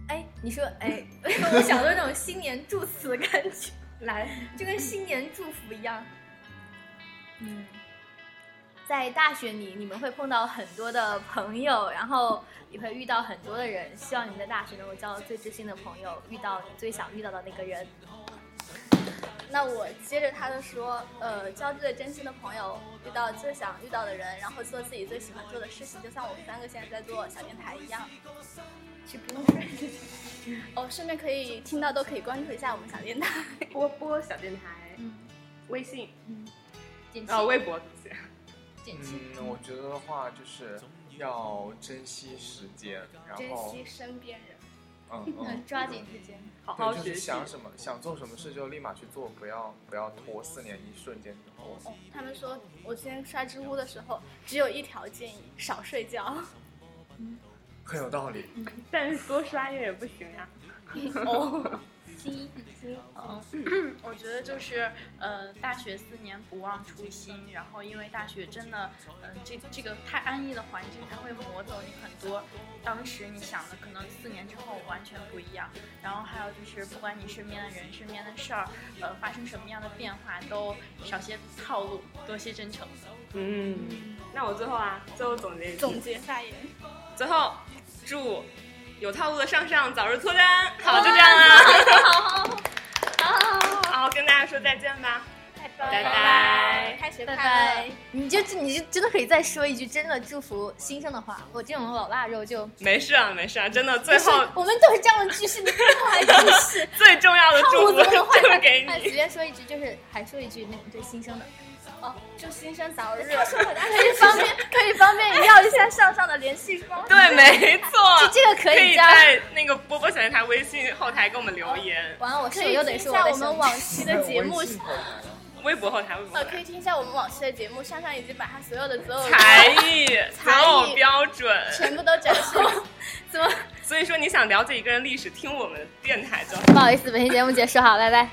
哎，你说 哎，我想到那种新年祝词的感觉，来， 就跟新年祝福一样。嗯，在大学里，你们会碰到很多的朋友，然后也会遇到很多的人。希望你在大学能够交到最知心的朋友，遇到你最想遇到的那个人。
那我接着他的说，呃，交最真心的朋友，遇到最想遇到的人，然后做自己最喜欢做的事情，就像我们三个现在在做小电台一样。是不用说。哦，顺便可以听到都可以关注一下我们小电台。
波波小电台，微信
简
嗯哦，
七，
微博，对不起
简七，
嗯，我觉得的话就是要珍惜时间，然
珍
后
惜身边人，
嗯嗯，
抓紧时间。
好好
对，就
学
是
习。
想什么想做什么事就立马去做，不要不要拖，四年一瞬间就拖。
哦，他们说我今天刷知乎的时候，只有一条建议：少睡觉。
很有道理，
但是多刷夜也不行呀、
哦，
我觉得就是呃，大学四年不忘初心，然后因为大学真的，嗯、这这个太安逸的环境，它会磨走你很多当时你想的，可能四年之后完全不一样。然后还有就是，不管你身边的人、身边的事儿，呃，发生什么样的变化，都少些套路，多些真诚。
嗯，那我最后啊，最后总结一句
总结发言。
最后祝有套路的上上早日脱单。好，就这样啦。好，好，跟大家说再见吧，
拜
拜拜。
开学快
拜
乐。
拜！你就你就真的可以再说一句真的祝福新生的话。我这种老腊肉就
没事啊，没事啊，真的，最
就是
后
我们都是这样的句式，啊你我还真是。
最重要的祝
我
福
怎么换
就是给
哎，
你
随。便说一句，就是还说一句那种对新生的，
哦，祝新生早日。
可以方便可以方便要一下上上的联系方式，
对，没错，
这个可
可
以
以
加。
在那个波波小电台微信后台给我们留言，
完了，我
可
室
以
友又
听
得
一
说
下
的
我们往期 的节目
微，信后台了
微博后台，微博后
呃，
台
可以听一下我们往期的节目。上上已经把他所有的择偶
才
才
艺
艺
择偶标准，
全部都展示了。怎么？
所以说你想了解一个人历史，听我们电台就好。
不好意思，本期节目结束，好，拜拜。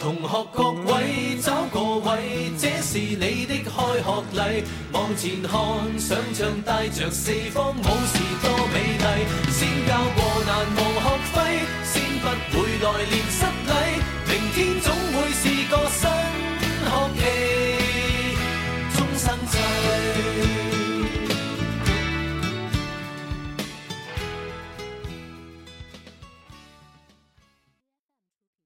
同學各位找個位，這是你的開學禮。往前看，想像帶着四方，舞是多美麗。先交過難忘